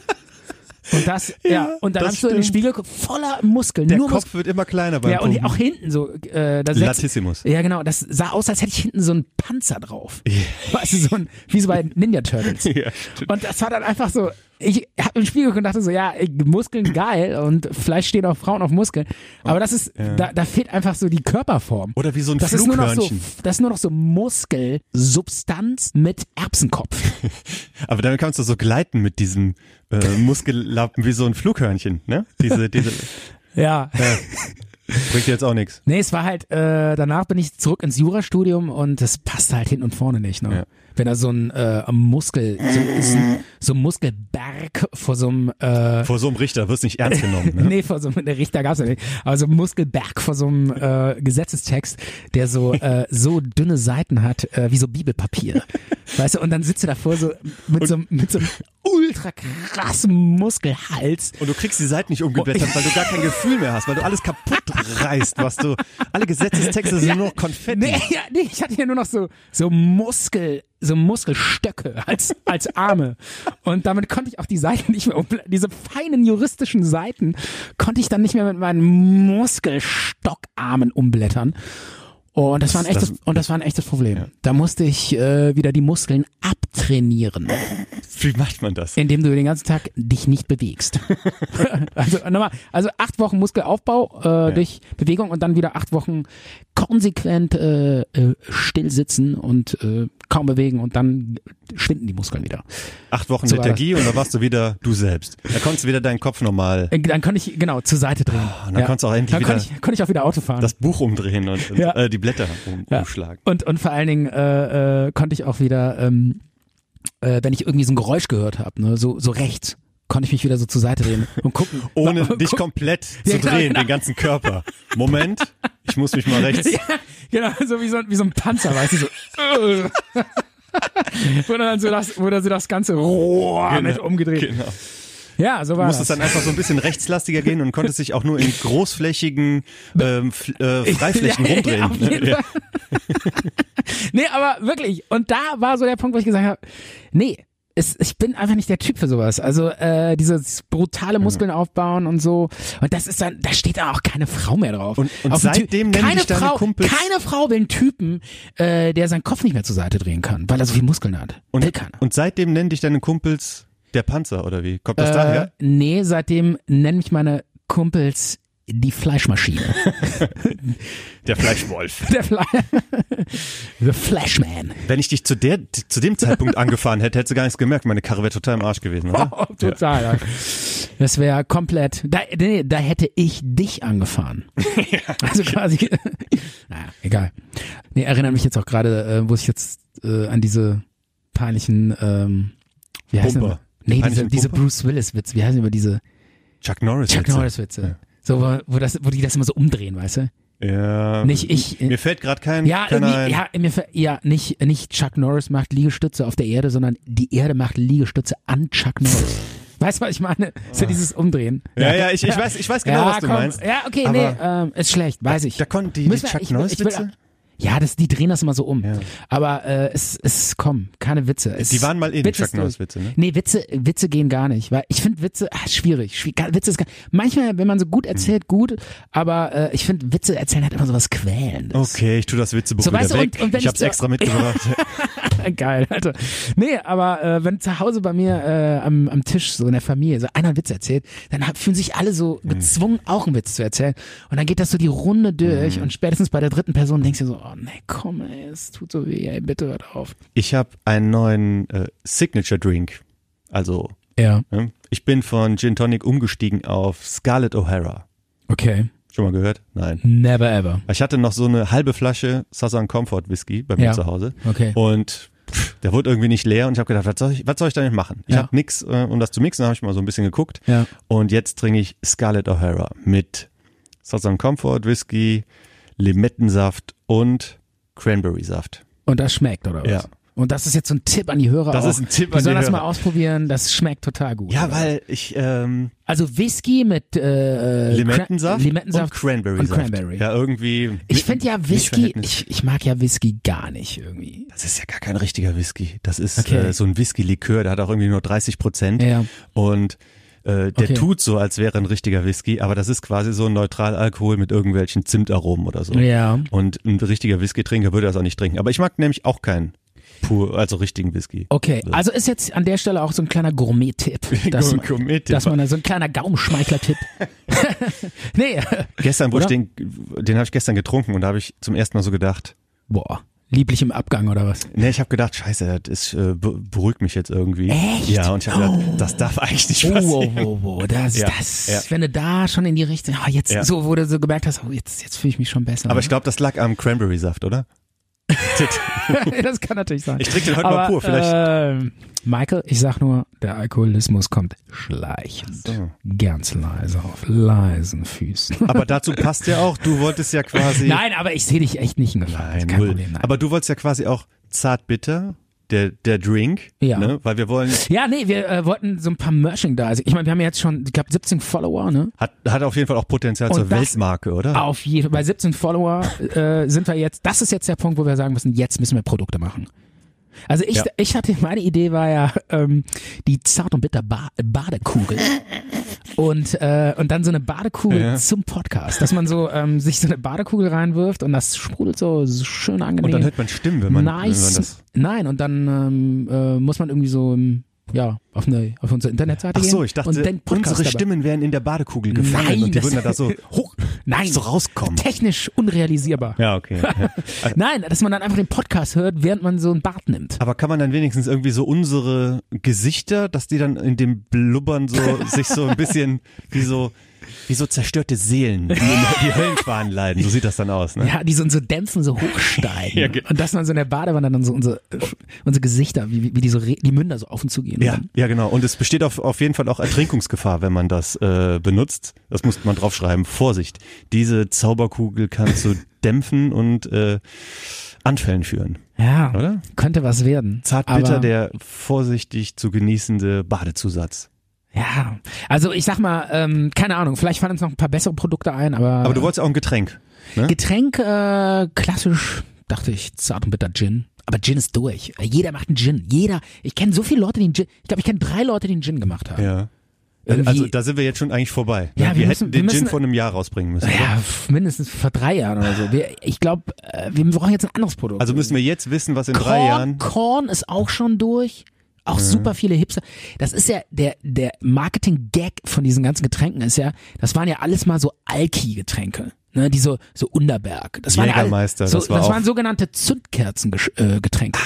A: Und das, ja,
E: Ja,
A: und dann
E: das
A: hast du in den
E: stimmt.
A: Spiegel geguckt, voller Muskeln,
E: der
A: nur
E: Kopf
A: Muskeln.
E: wird immer kleiner beim
A: Ja, und die-
E: Pumpen.
A: auch hinten so, äh, da setzt-
E: Latissimus.
A: Ja, genau, das sah aus, als hätte ich hinten so einen Panzer drauf. Weißt du, so ein, wie so bei Ninja Turtles.
E: Ja, stimmt.
A: und das war dann einfach so, ich habe im Spiegel geguckt und dachte so, ja, ey, Muskeln geil und vielleicht stehen auch Frauen auf Muskeln, aber das ist, da, da fehlt einfach so die Körperform.
E: Oder wie so ein
A: das ist, nur noch so,
E: Flughörnchen.
A: das ist nur noch so Muskelsubstanz mit Erbsenkopf.
E: Aber damit kannst du so gleiten mit diesem äh, Muskellappen wie so ein Flughörnchen, ne? Diese, diese
A: Ja.
E: bringt dir jetzt auch nichts.
A: Nee, es war halt, äh, danach bin ich zurück ins Jurastudium und das passte halt hinten und vorne nicht. Ne?
E: Ja.
A: Wenn da so ein äh, Muskel, so, ist ein, so ein Muskelberg vor so einem, äh,
E: Vor so einem Richter wirst du nicht ernst genommen, ne?
A: nee, vor so einem, der Richter gab's ja nicht, aber so ein Muskelberg vor so einem äh, Gesetzestext, der so, äh, so dünne Seiten hat, äh, wie so Bibelpapier. weißt du, und dann sitzt du davor so mit so, einem- mit so einem ultra krassen Muskelhals
E: Und du kriegst die Seiten nicht umgeblättert, weil du gar kein Gefühl mehr hast, weil du alles kaputt reißt, was du. Alle Gesetzestexte sind nur noch Konfetti.
A: Nee, ja, nee, ich hatte ja nur noch so, so Muskel, so Muskelstöcke als, als Arme. Und damit konnte ich auch die Seiten nicht mehr, umbl- diese feinen juristischen Seiten konnte ich dann nicht mehr mit meinen Muskelstockarmen umblättern. Und das, war ein echtes,
E: das-
A: und das war ein echtes Problem. Da musste ich äh, wieder die Muskeln abtrainieren,
E: Wie macht man das?
A: indem du den ganzen Tag dich nicht bewegst. also nochmal, also acht Wochen Muskelaufbau äh, durch Bewegung und dann wieder acht Wochen konsequent äh, äh, still sitzen und äh, kaum bewegen und dann schwinden die Muskeln wieder.
E: Acht Wochen
A: So war
E: Lethargie und dann warst du wieder du selbst. Da konntest du wieder deinen Kopf normal,
A: Äh, Dann konnte ich genau zur Seite drehen.
E: und Ah, dann konntest du auch endlich
A: dann konnte
E: wieder-
A: ich, konnte ich auch wieder Auto fahren.
E: das Buch umdrehen und, und
A: Ja.
E: äh, die Blätter um, umschlagen.
A: Und, und vor allen Dingen äh, äh, konnte ich auch wieder, ähm, äh, wenn ich irgendwie so ein Geräusch gehört habe, ne, so, so rechts, konnte ich mich wieder so zur Seite drehen und gucken.
E: Ohne
A: guck-
E: dich komplett zu
A: Ja, genau,
E: drehen,
A: genau.
E: den ganzen Körper. Moment, ich muss mich mal rechts.
A: Genau, so wie so, ein- wie so ein Panzer, weißt du, so. wo, dann so das, wo dann so das ganze Rohr mit umgedreht.
E: Genau.
A: Ja, so
E: Du
A: war
E: musstest
A: das.
E: dann einfach so ein bisschen rechtslastiger gehen und konntest dich auch nur in großflächigen ähm, F- äh, Freiflächen
A: Ja,
E: rumdrehen.
A: auf jeden
E: Ja.
A: Fall. nee, aber wirklich. Und da war so der Punkt, wo ich gesagt habe, nee, es, ich bin einfach nicht der Typ für sowas. Also äh, dieses brutale Muskeln aufbauen und so. Und das ist dann, da steht dann auch keine Frau mehr drauf.
E: Und- und
A: Auf dem Typ-
E: seitdem nennen
A: keine
E: dich deine
A: Frau,
E: Kumpels-
A: Keine Frau will einen Typen, äh, der seinen Kopf nicht mehr zur Seite drehen kann, weil er so viel Muskeln hat. will
E: Und,
A: keiner.
E: und seitdem nennen dich deine Kumpels der Panzer, oder wie? Kommt das
A: Äh,
E: daher?
A: nee, seitdem nennen mich meine Kumpels die Fleischmaschine. Äh.
E: Der Fleischwolf.
A: der Fle The Flashman.
E: Wenn ich dich zu, der, zu dem Zeitpunkt angefahren hätte, hättest du gar nichts gemerkt. Meine Karre wäre total im Arsch gewesen, oder?
A: Oh, total. ja. Das wäre komplett. Da, nee, da hätte ich dich angefahren. also quasi. naja, egal. Nee, erinnert mich jetzt auch gerade, äh, wo ich jetzt äh, an diese peinlichen. Ähm, wie heißt
E: Pumper.
A: Nee, diese,
E: Peinlichen
A: diese
E: Pumper?
A: Bruce Willis-Witze. Wie heißen immer diese
E: Chuck Norris.
A: Chuck
E: hättest du.
A: Norris-Witze? So, wo, wo, das, wo die das immer so umdrehen, weißt du?
E: Ja.
A: Nicht ich. äh,
E: Mir fällt gerade kein,
A: Ja,
E: keiner
A: irgendwie-
E: ein.
A: ja, mir, ver- ja nicht, nicht Chuck Norris macht Liegestütze auf der Erde, sondern die Erde macht Liegestütze an Chuck Norris. Weißt du, was ich meine? So dieses Umdrehen.
E: Ja, ja, ich, ich, weiß, ich weiß genau,
A: ja,
E: was du
A: komm.
E: meinst.
A: Ja, okay,
E: Aber
A: nee, ähm, ist schlecht, weiß ich.
E: Da konnten die, die
A: Müssen wir-
E: Chuck
A: ich will- ich will-
E: Norris-Witze,
A: Ja, das, die drehen das immer so um. Aber äh, es, es kommen keine Witze. Es,
E: Die waren mal in
A: Witze
E: Chuck
A: ist durch.
E: Norris-Witze, ne?
A: Nee, Witze, Witze gehen gar nicht, weil ich finde Witze ah, schwierig. Schwie- gar- Witze ist gar, manchmal, wenn man so gut
E: Hm.
A: erzählt, gut, aber äh, ich finde Witze erzählen hat immer so was Quälendes.
E: Okay, ich tue das Witzebuch
A: So,
E: wieder
A: weißt du,
E: weg.
A: und- und wenn
E: ich
A: ich
E: hab's
A: so-
E: extra mitgebracht.
A: Geil, Alter. Nee, aber äh, wenn zu Hause bei mir äh, am, am Tisch, so in der Familie, so einer einen Witz erzählt, dann hab, fühlen sich alle so
E: Hm.
A: gezwungen, auch einen Witz zu erzählen. Und dann geht das so die Runde
E: Hm.
A: durch und spätestens bei der dritten Person denkst du so, oh nee, komm ey, es tut so weh, ey, bitte hört auf.
E: Ich habe einen neuen äh, Signature Drink. Also,
A: Ja,
E: ne? ich bin von Gin Tonic umgestiegen auf Scarlett O'Hara.
A: okay.
E: Schon mal gehört?
A: Hm.
E: Nein.
A: Never ever.
E: Ich hatte noch so eine halbe Flasche Southern Comfort Whisky bei mir
A: Ja.
E: zu Hause.
A: Okay.
E: Und pff, der wurde irgendwie nicht leer und ich habe gedacht, was soll ich, was soll ich damit machen? Ich
A: Ja.
E: habe nix, äh, um das zu mixen, habe ich mal so ein bisschen geguckt.
A: Ja.
E: Und jetzt trinke ich Scarlett O'Hara mit Southern Comfort Whisky, Limettensaft und Cranberry-Saft.
A: Und das schmeckt, oder was?
E: Ja.
A: Und das ist jetzt so ein Tipp an die Hörer.
E: Das
A: auch.
E: ist ein Tipp
A: die
E: an die
A: sollen das mal
E: Hörer.
A: ausprobieren, das schmeckt total gut.
E: Ja,
A: oder?
E: weil ich, ähm,
A: Also Whisky mit äh, äh,
E: Limettensaft,
A: Cran- Limettensaft
E: und Cranberry
A: und
E: Saft.
A: Cranberry.
E: Ja, irgendwie.
A: Ich finde ja
E: nicht
A: Whisky,
E: Verhältnis.
A: ich, ich mag ja Whisky gar nicht irgendwie.
E: das ist ja gar kein richtiger Whisky. Das ist
A: Okay.
E: äh, so ein Whisky-Likör, der hat auch irgendwie nur 30 Prozent.
A: Ja.
E: Und äh, der
A: Okay.
E: tut so, als wäre ein richtiger Whisky, aber das ist quasi so ein Neutralalkohol mit irgendwelchen Zimtaromen oder so.
A: Ja.
E: Und ein richtiger Whisky-Trinker würde das auch nicht trinken. Aber ich mag nämlich auch keinen pur, also richtigen Whisky.
A: Okay, also ist jetzt an der Stelle auch so ein kleiner Gourmet-Tipp. dass man-
E: Gourmet-Tipp.
A: Dass man da so ein kleiner Gaumenschmeichler-Tipp. nee,
E: Gestern, wo
A: Oder?
E: ich den, den habe ich gestern getrunken und da habe ich zum ersten Mal so gedacht,
A: boah, lieblich im Abgang oder was?
E: Nee, ich habe gedacht, scheiße, das ist, äh, be- beruhigt mich jetzt irgendwie.
A: Echt?
E: Ja, und ich habe gedacht, das darf eigentlich nicht
A: Oh,
E: passieren.
A: wow, wow, wow, das,
E: Ja,
A: das,
E: ja.
A: wenn du da schon in die Richtung, ah, jetzt,
E: Ja.
A: so, wo du so gemerkt hast, oh, jetzt, jetzt fühle ich mich schon besser.
E: Aber ich glaube, das lag am Cranberry-Saft, oder?
A: glaube, das kann natürlich sein.
E: Ich trinke den heute
A: Aber,
E: mal pur, vielleicht.
A: ähm, Michael, ich sag nur, der Alkoholismus kommt schleichend, ganz leise, auf leisen Füßen.
E: Aber dazu passt ja auch, du wolltest ja quasi...
A: Nein, aber ich sehe dich echt nicht in Gefahr.
E: nein,
A: kein
E: null.
A: Problem. Nein.
E: Aber du wolltest ja quasi auch zartbitter, der, der Drink,
A: Ja.
E: ne? weil wir wollen...
A: ja, nee, wir äh, wollten so ein paar Merchandise. Ich meine, wir haben jetzt schon, ich glaube, 17 Follower, ne?
E: Hat, hat auf jeden Fall auch Potenzial
A: Und
E: zur
A: das-
E: Weltmarke, oder?
A: Auf jeden Fall. Bei 17 Follower äh, sind wir jetzt, das ist jetzt der Punkt, wo wir sagen müssen, jetzt müssen wir Produkte machen. Also ich,
E: Ja.
A: ich hatte, meine Idee war ja ähm, die zart und bitter ba Badekugel. Und, äh, und dann so eine Badekugel
E: Ja.
A: zum Podcast. Dass man so ähm, sich so eine Badekugel reinwirft und das sprudelt so, so schön angenehm.
E: Und dann hört man Stimmen, wenn man, wenn man das...
A: nice. Nein, und dann ähm, äh, muss man irgendwie so ähm, ja, auf, eine, auf unsere Internetseite
E: Ach
A: gehen.
E: so, ich dachte,
A: und den Podcast
E: unsere
A: dabei.
E: Stimmen wären in der Badekugel gefangen
A: Nein,
E: und die
A: das-
E: würden dann da so hoch
A: Nein.
E: so rauskommen.
A: Technisch unrealisierbar.
E: Ja, okay. Ja.
A: Nein, dass man dann einfach den Podcast hört, während man so ein Bad nimmt.
E: Aber kann man dann wenigstens irgendwie so unsere Gesichter, dass die dann in dem Blubbern so sich so ein bisschen wie so wie so zerstörte Seelen, die in die Höllenqualen leiden. So sieht das dann aus, ne?
A: Ja, die so in so Dämpfen so hochsteigen.
E: Ja, ge-
A: Und dass man so in der Badewanne dann so unsere, unsere Gesichter, wie, wie- wie die, so, re- die Münder so auf und zu gehen.
E: Ja, ja, genau. Und es besteht auf, auf jeden Fall auch Ertrinkungsgefahr, wenn man das äh, benutzt. Das muss man draufschreiben. Vorsicht, diese Zauberkugel kann zu Dämpfen und äh, Anfällen führen,
A: ja
E: oder?
A: könnte was werden.
E: Zartbitter,
A: Aber-
E: der vorsichtig zu genießende Badezusatz.
A: Ja, also ich sag mal, ähm, keine Ahnung, vielleicht fallen uns noch ein paar bessere Produkte ein, aber,
E: Aber du wolltest auch ein Getränk. Ne?
A: Getränk äh, klassisch, dachte ich, zart und bitter Gin. Aber Gin ist durch. Jeder macht einen Gin. Jeder. Ich kenne so viele Leute, die einen Gin. Ich glaube, ich kenne drei Leute, die einen Gin gemacht haben.
E: ja.
A: Irgendwie-
E: Also da sind wir jetzt schon eigentlich vorbei.
A: Ja,
E: wir,
A: wir müssen-
E: hätten den
A: wir müssen-
E: Gin vor einem Jahr rausbringen müssen. oder?
A: Ja, f- mindestens vor drei Jahren oder so. Wir, ich glaube, äh, wir brauchen jetzt ein anderes Produkt.
E: Also müssen wir jetzt wissen, was in drei
A: Korn,
E: Jahren. Mhm.
A: Korn ist auch schon durch. Auch super viele Hipster. Das ist ja der, der Marketing-Gag von diesen ganzen Getränken ist ja, das waren ja alles mal so Alki-Getränke. Ne, die so, so Unterberg. Das waren ja alle-
E: Jägermeister,
A: so,
E: das war auch- Ah.
A: waren sogenannte Zündkerzengetränke.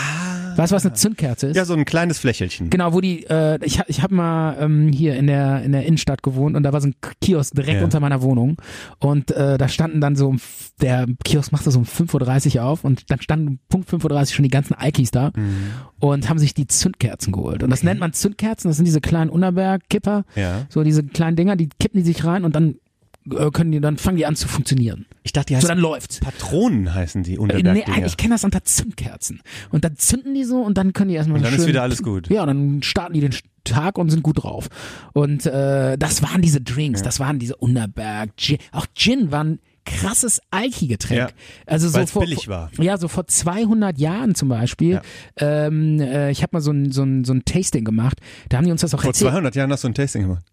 A: Weißt du, was eine Zündkerze ist?
E: Ja, so ein kleines Flächelchen.
A: Genau, wo die, äh, ich, ha- ich habe mal ähm, hier in der, in der Innenstadt gewohnt und da war so ein K- Kiosk direkt
E: Ja.
A: unter meiner Wohnung und äh, da standen dann so, um f- der Kiosk machte so um 5.30 Uhr auf und dann standen um Punkt 5.30 Uhr schon die ganzen Alkis da
E: Mhm.
A: und haben sich die Zündkerzen geholt und das nennt man Zündkerzen, das sind diese kleinen Unterberg-Kipper,
E: Ja.
A: so diese kleinen Dinger, die kippen die sich rein und dann äh, können die, dann fangen die an zu funktionieren.
E: Ich dachte, die
A: So,
E: heißen
A: dann läuft's.
E: Patronen heißen die
A: Äh,
E: Unterberg
A: Nee, ich kenne das unter Zündkerzen. Und dann zünden die so und dann können die erstmal
E: Und dann
A: schön,
E: ist wieder alles gut.
A: Ja, dann starten die den Tag und sind gut drauf. Und äh, das waren diese Drinks, das waren diese Unterberg, Gin, auch Gin war ein krasses Alki-Getränk.
E: Ja,
A: also so
E: weil's
A: vor,
E: billig war.
A: Ja, so vor 200 Jahren zum Beispiel.
E: Ja.
A: Ähm, äh, ich habe mal so ein, so, ein, so ein Tasting gemacht. Da haben die uns das auch
E: Vor
A: erzählt.
E: 200 Jahren hast du ein Tasting gemacht.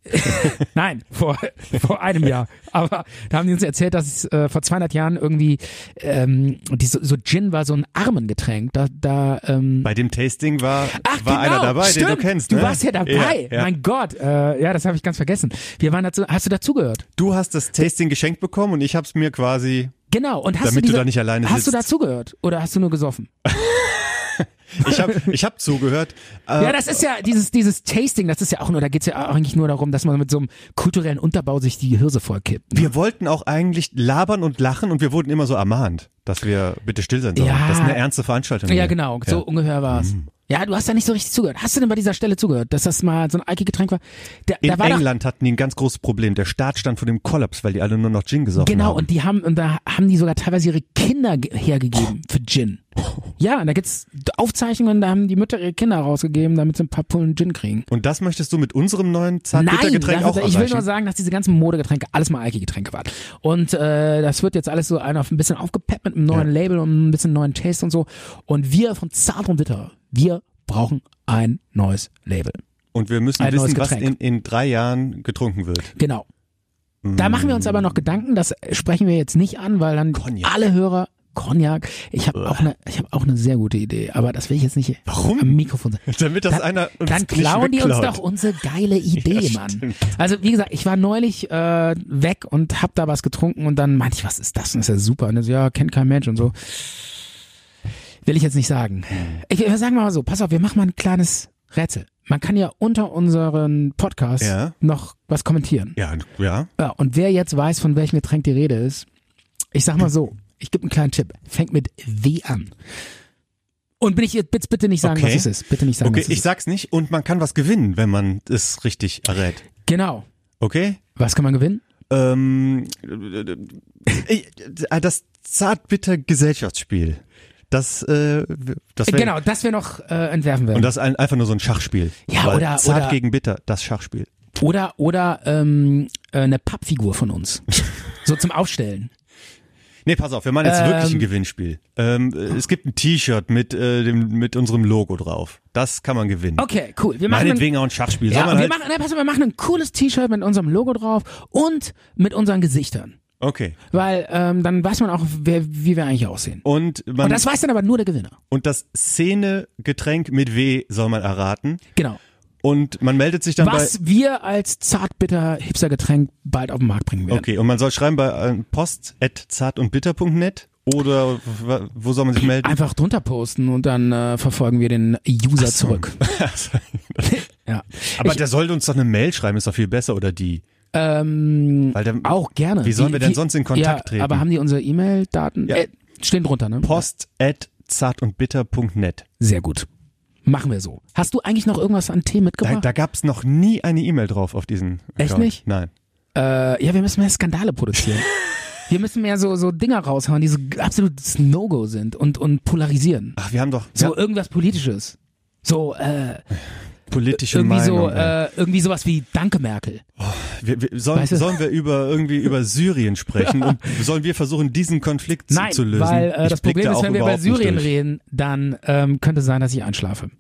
A: Nein, vor, vor einem Jahr. Aber da haben die uns erzählt, dass es, äh, vor 200 Jahren irgendwie ähm, die, so, so Gin war so ein Armengetränk. Da, da ähm,
E: Bei dem Tasting war,
A: Ach,
E: war
A: genau,
E: einer dabei,
A: stimmt.
E: den du kennst.
A: Du
E: ne?
A: warst ja dabei.
E: Ja, ja.
A: Mein Gott, äh, ja, das habe ich ganz vergessen. Wir waren dazu. Hast du dazugehört?
E: Du hast das Tasting geschenkt bekommen und ich hab's mir quasi.
A: Genau. Und hast
E: Damit
A: du,
E: du
A: diese,
E: da nicht alleine
A: Hast du
E: sitzt.
A: dazugehört oder hast du nur gesoffen?
E: Ich hab, ich hab zugehört. Äh,
A: Ja, das ist ja dieses dieses Tasting. Das ist ja auch nur. Da geht's ja eigentlich nur darum, dass man mit so einem kulturellen Unterbau sich die Hirse vollkippt.
E: wir wollten auch eigentlich labern und lachen und wir wurden immer so ermahnt, dass wir bitte still sein sollen.
A: Ja.
E: Das ist eine ernste Veranstaltung.
A: Ja,
E: hier.
A: genau, so ungefähr war's.
E: Mhm.
A: Ja, du hast da nicht so richtig zugehört. Hast du denn bei dieser Stelle zugehört, dass das mal so ein Alki-Getränk war? Da,
E: In
A: da war doch,
E: England hatten die ein ganz großes Problem. Der Staat stand vor dem Kollaps, weil die alle nur noch Gin gesoffen
A: genau,
E: haben.
A: und die haben, und da haben die sogar teilweise ihre Kinder ge- hergegeben für Gin. Ja, und da gibt's Aufzeichnungen, da haben die Mütter ihre Kinder rausgegeben, damit sie ein paar Pullen Gin kriegen.
E: Und das möchtest du mit unserem neuen
A: Nein,
E: Zartbittergetränk
A: das
E: auch
A: ist, ich will
E: erreichen?
A: nur sagen, dass diese ganzen Modegetränke alles mal Alki-Getränke waren. Und äh, das wird jetzt alles so ein, auf ein bisschen aufgepeppt mit einem neuen Label und ein bisschen neuen Taste und so. Und wir von Zart und Witter, wir brauchen ein neues Label.
E: Und wir müssen
A: Ein neues
E: wissen, was in,
A: Getränk.
E: in drei Jahren getrunken wird.
A: Genau. Da machen wir uns aber noch Gedanken, das sprechen wir jetzt nicht an, weil dann
E: Cognac.
A: alle Hörer Cognac. Ich habe auch eine ich habe auch eine sehr gute Idee, aber das will ich jetzt nicht
E: Warum?
A: am Mikrofon sagen.
E: Damit das
A: Dann-
E: einer uns
A: dann
E: nicht
A: klauen die uns
E: wegklaut.
A: doch unsere geile Idee,
E: Ja,
A: Mann.
E: stimmt.
A: Also wie gesagt, ich war neulich äh, weg und hab da was getrunken und dann meinte ich, was ist das? Und das ist ja super. Und dann so, ja, kennt kein Mensch und so. Will ich jetzt nicht sagen. Ich, ich sagen wir mal so, pass auf, wir machen mal ein kleines Rätsel. Man kann ja unter unseren Podcast
E: Ja.
A: noch was kommentieren.
E: Ja, ja.
A: Ja, und wer jetzt weiß, von welchem Getränk die Rede ist, ich sag mal so, ich gebe einen kleinen Tipp. Fängt mit W an. Und bin ich jetzt bitte, bitte nicht sagen,
E: Okay.
A: was es ist. Bitte nicht sagen,
E: Okay,
A: was es
E: ich
A: ist.
E: sag's nicht. Und man kann was gewinnen, wenn man es richtig errät.
A: Genau.
E: Okay?
A: Was kann man gewinnen?
E: Ähm, äh, äh, das Zartbitter-Gesellschaftsspiel. Das, äh, das wär,
A: genau, das wir noch äh, entwerfen
E: Und
A: werden.
E: das ist ein, einfach nur so ein Schachspiel.
A: Ja,
E: Weil
A: oder-
E: Zart
A: oder-
E: gegen Bitter, das Schachspiel.
A: Oder oder ähm, äh, eine Pappfigur von uns. so zum Aufstellen.
E: Nee, pass auf, wir machen jetzt wirklich
A: Ähm.
E: ein Gewinnspiel. Ähm, äh, es gibt ein T-Shirt mit, äh, dem, mit unserem Logo drauf. Das kann man gewinnen.
A: Okay, cool. Wir machen ein,
E: Meinetwegen auch ein Schachspiel. Soll
A: ja,
E: man
A: wir,
E: halt,
A: machen, na, pass auf, wir machen ein cooles T-Shirt mit unserem Logo drauf und mit unseren Gesichtern.
E: okay.
A: Weil ähm, dann weiß man auch, wer, wie wir eigentlich aussehen.
E: Und, man,
A: Und das weiß dann aber nur der Gewinner.
E: und das Szene-Getränk mit W soll man erraten.
A: Genau.
E: Und man meldet sich dann bei.
A: was wir als zartbitter hipster Getränk bald auf den Markt bringen werden.
E: Okay, und man soll schreiben bei äh, post.zartundbitter.net oder w- wo soll man sich melden?
A: Einfach drunter posten und dann äh, verfolgen wir den User
E: Ach so.
A: zurück. ja.
E: Aber
A: ich,
E: der sollte uns doch eine Mail schreiben, ist doch viel besser, oder die.
A: ähm,
E: Weil der
A: auch gerne.
E: Wie sollen wir denn sonst in Kontakt
A: ja,
E: treten?
A: Aber haben die unsere E-Mail-Daten?
E: Ja.
A: Äh, stehen drunter, ne?
E: post.zartundbitter.net.
A: Sehr gut. Machen wir so. Hast du eigentlich noch irgendwas an Tee
E: Da,
A: mitgebracht?
E: da gab es noch nie eine E-Mail drauf auf diesen. Account.
A: Echt nicht?
E: Nein.
A: äh, ja, wir müssen mehr Skandale produzieren. wir müssen mehr so, so Dinger raushauen, die so absolutes No-Go sind und, und polarisieren.
E: Ach, wir haben doch.
A: So
E: ja,
A: irgendwas Politisches. So, äh,
E: politische
A: irgendwie so,
E: Meinung. ey.
A: äh, irgendwie sowas wie Danke Merkel.
E: wir, wir, sollen,
A: weißt du-
E: sollen wir über irgendwie über Syrien sprechen und sollen wir versuchen, diesen Konflikt
A: Nein,
E: zu lösen?
A: weil äh,
E: Ich
A: das
E: blick
A: Problem
E: da
A: ist,
E: auch
A: wenn wir über
E: überhaupt nicht
A: Syrien
E: durch.
A: reden, dann ähm, könnte es sein, dass ich einschlafe.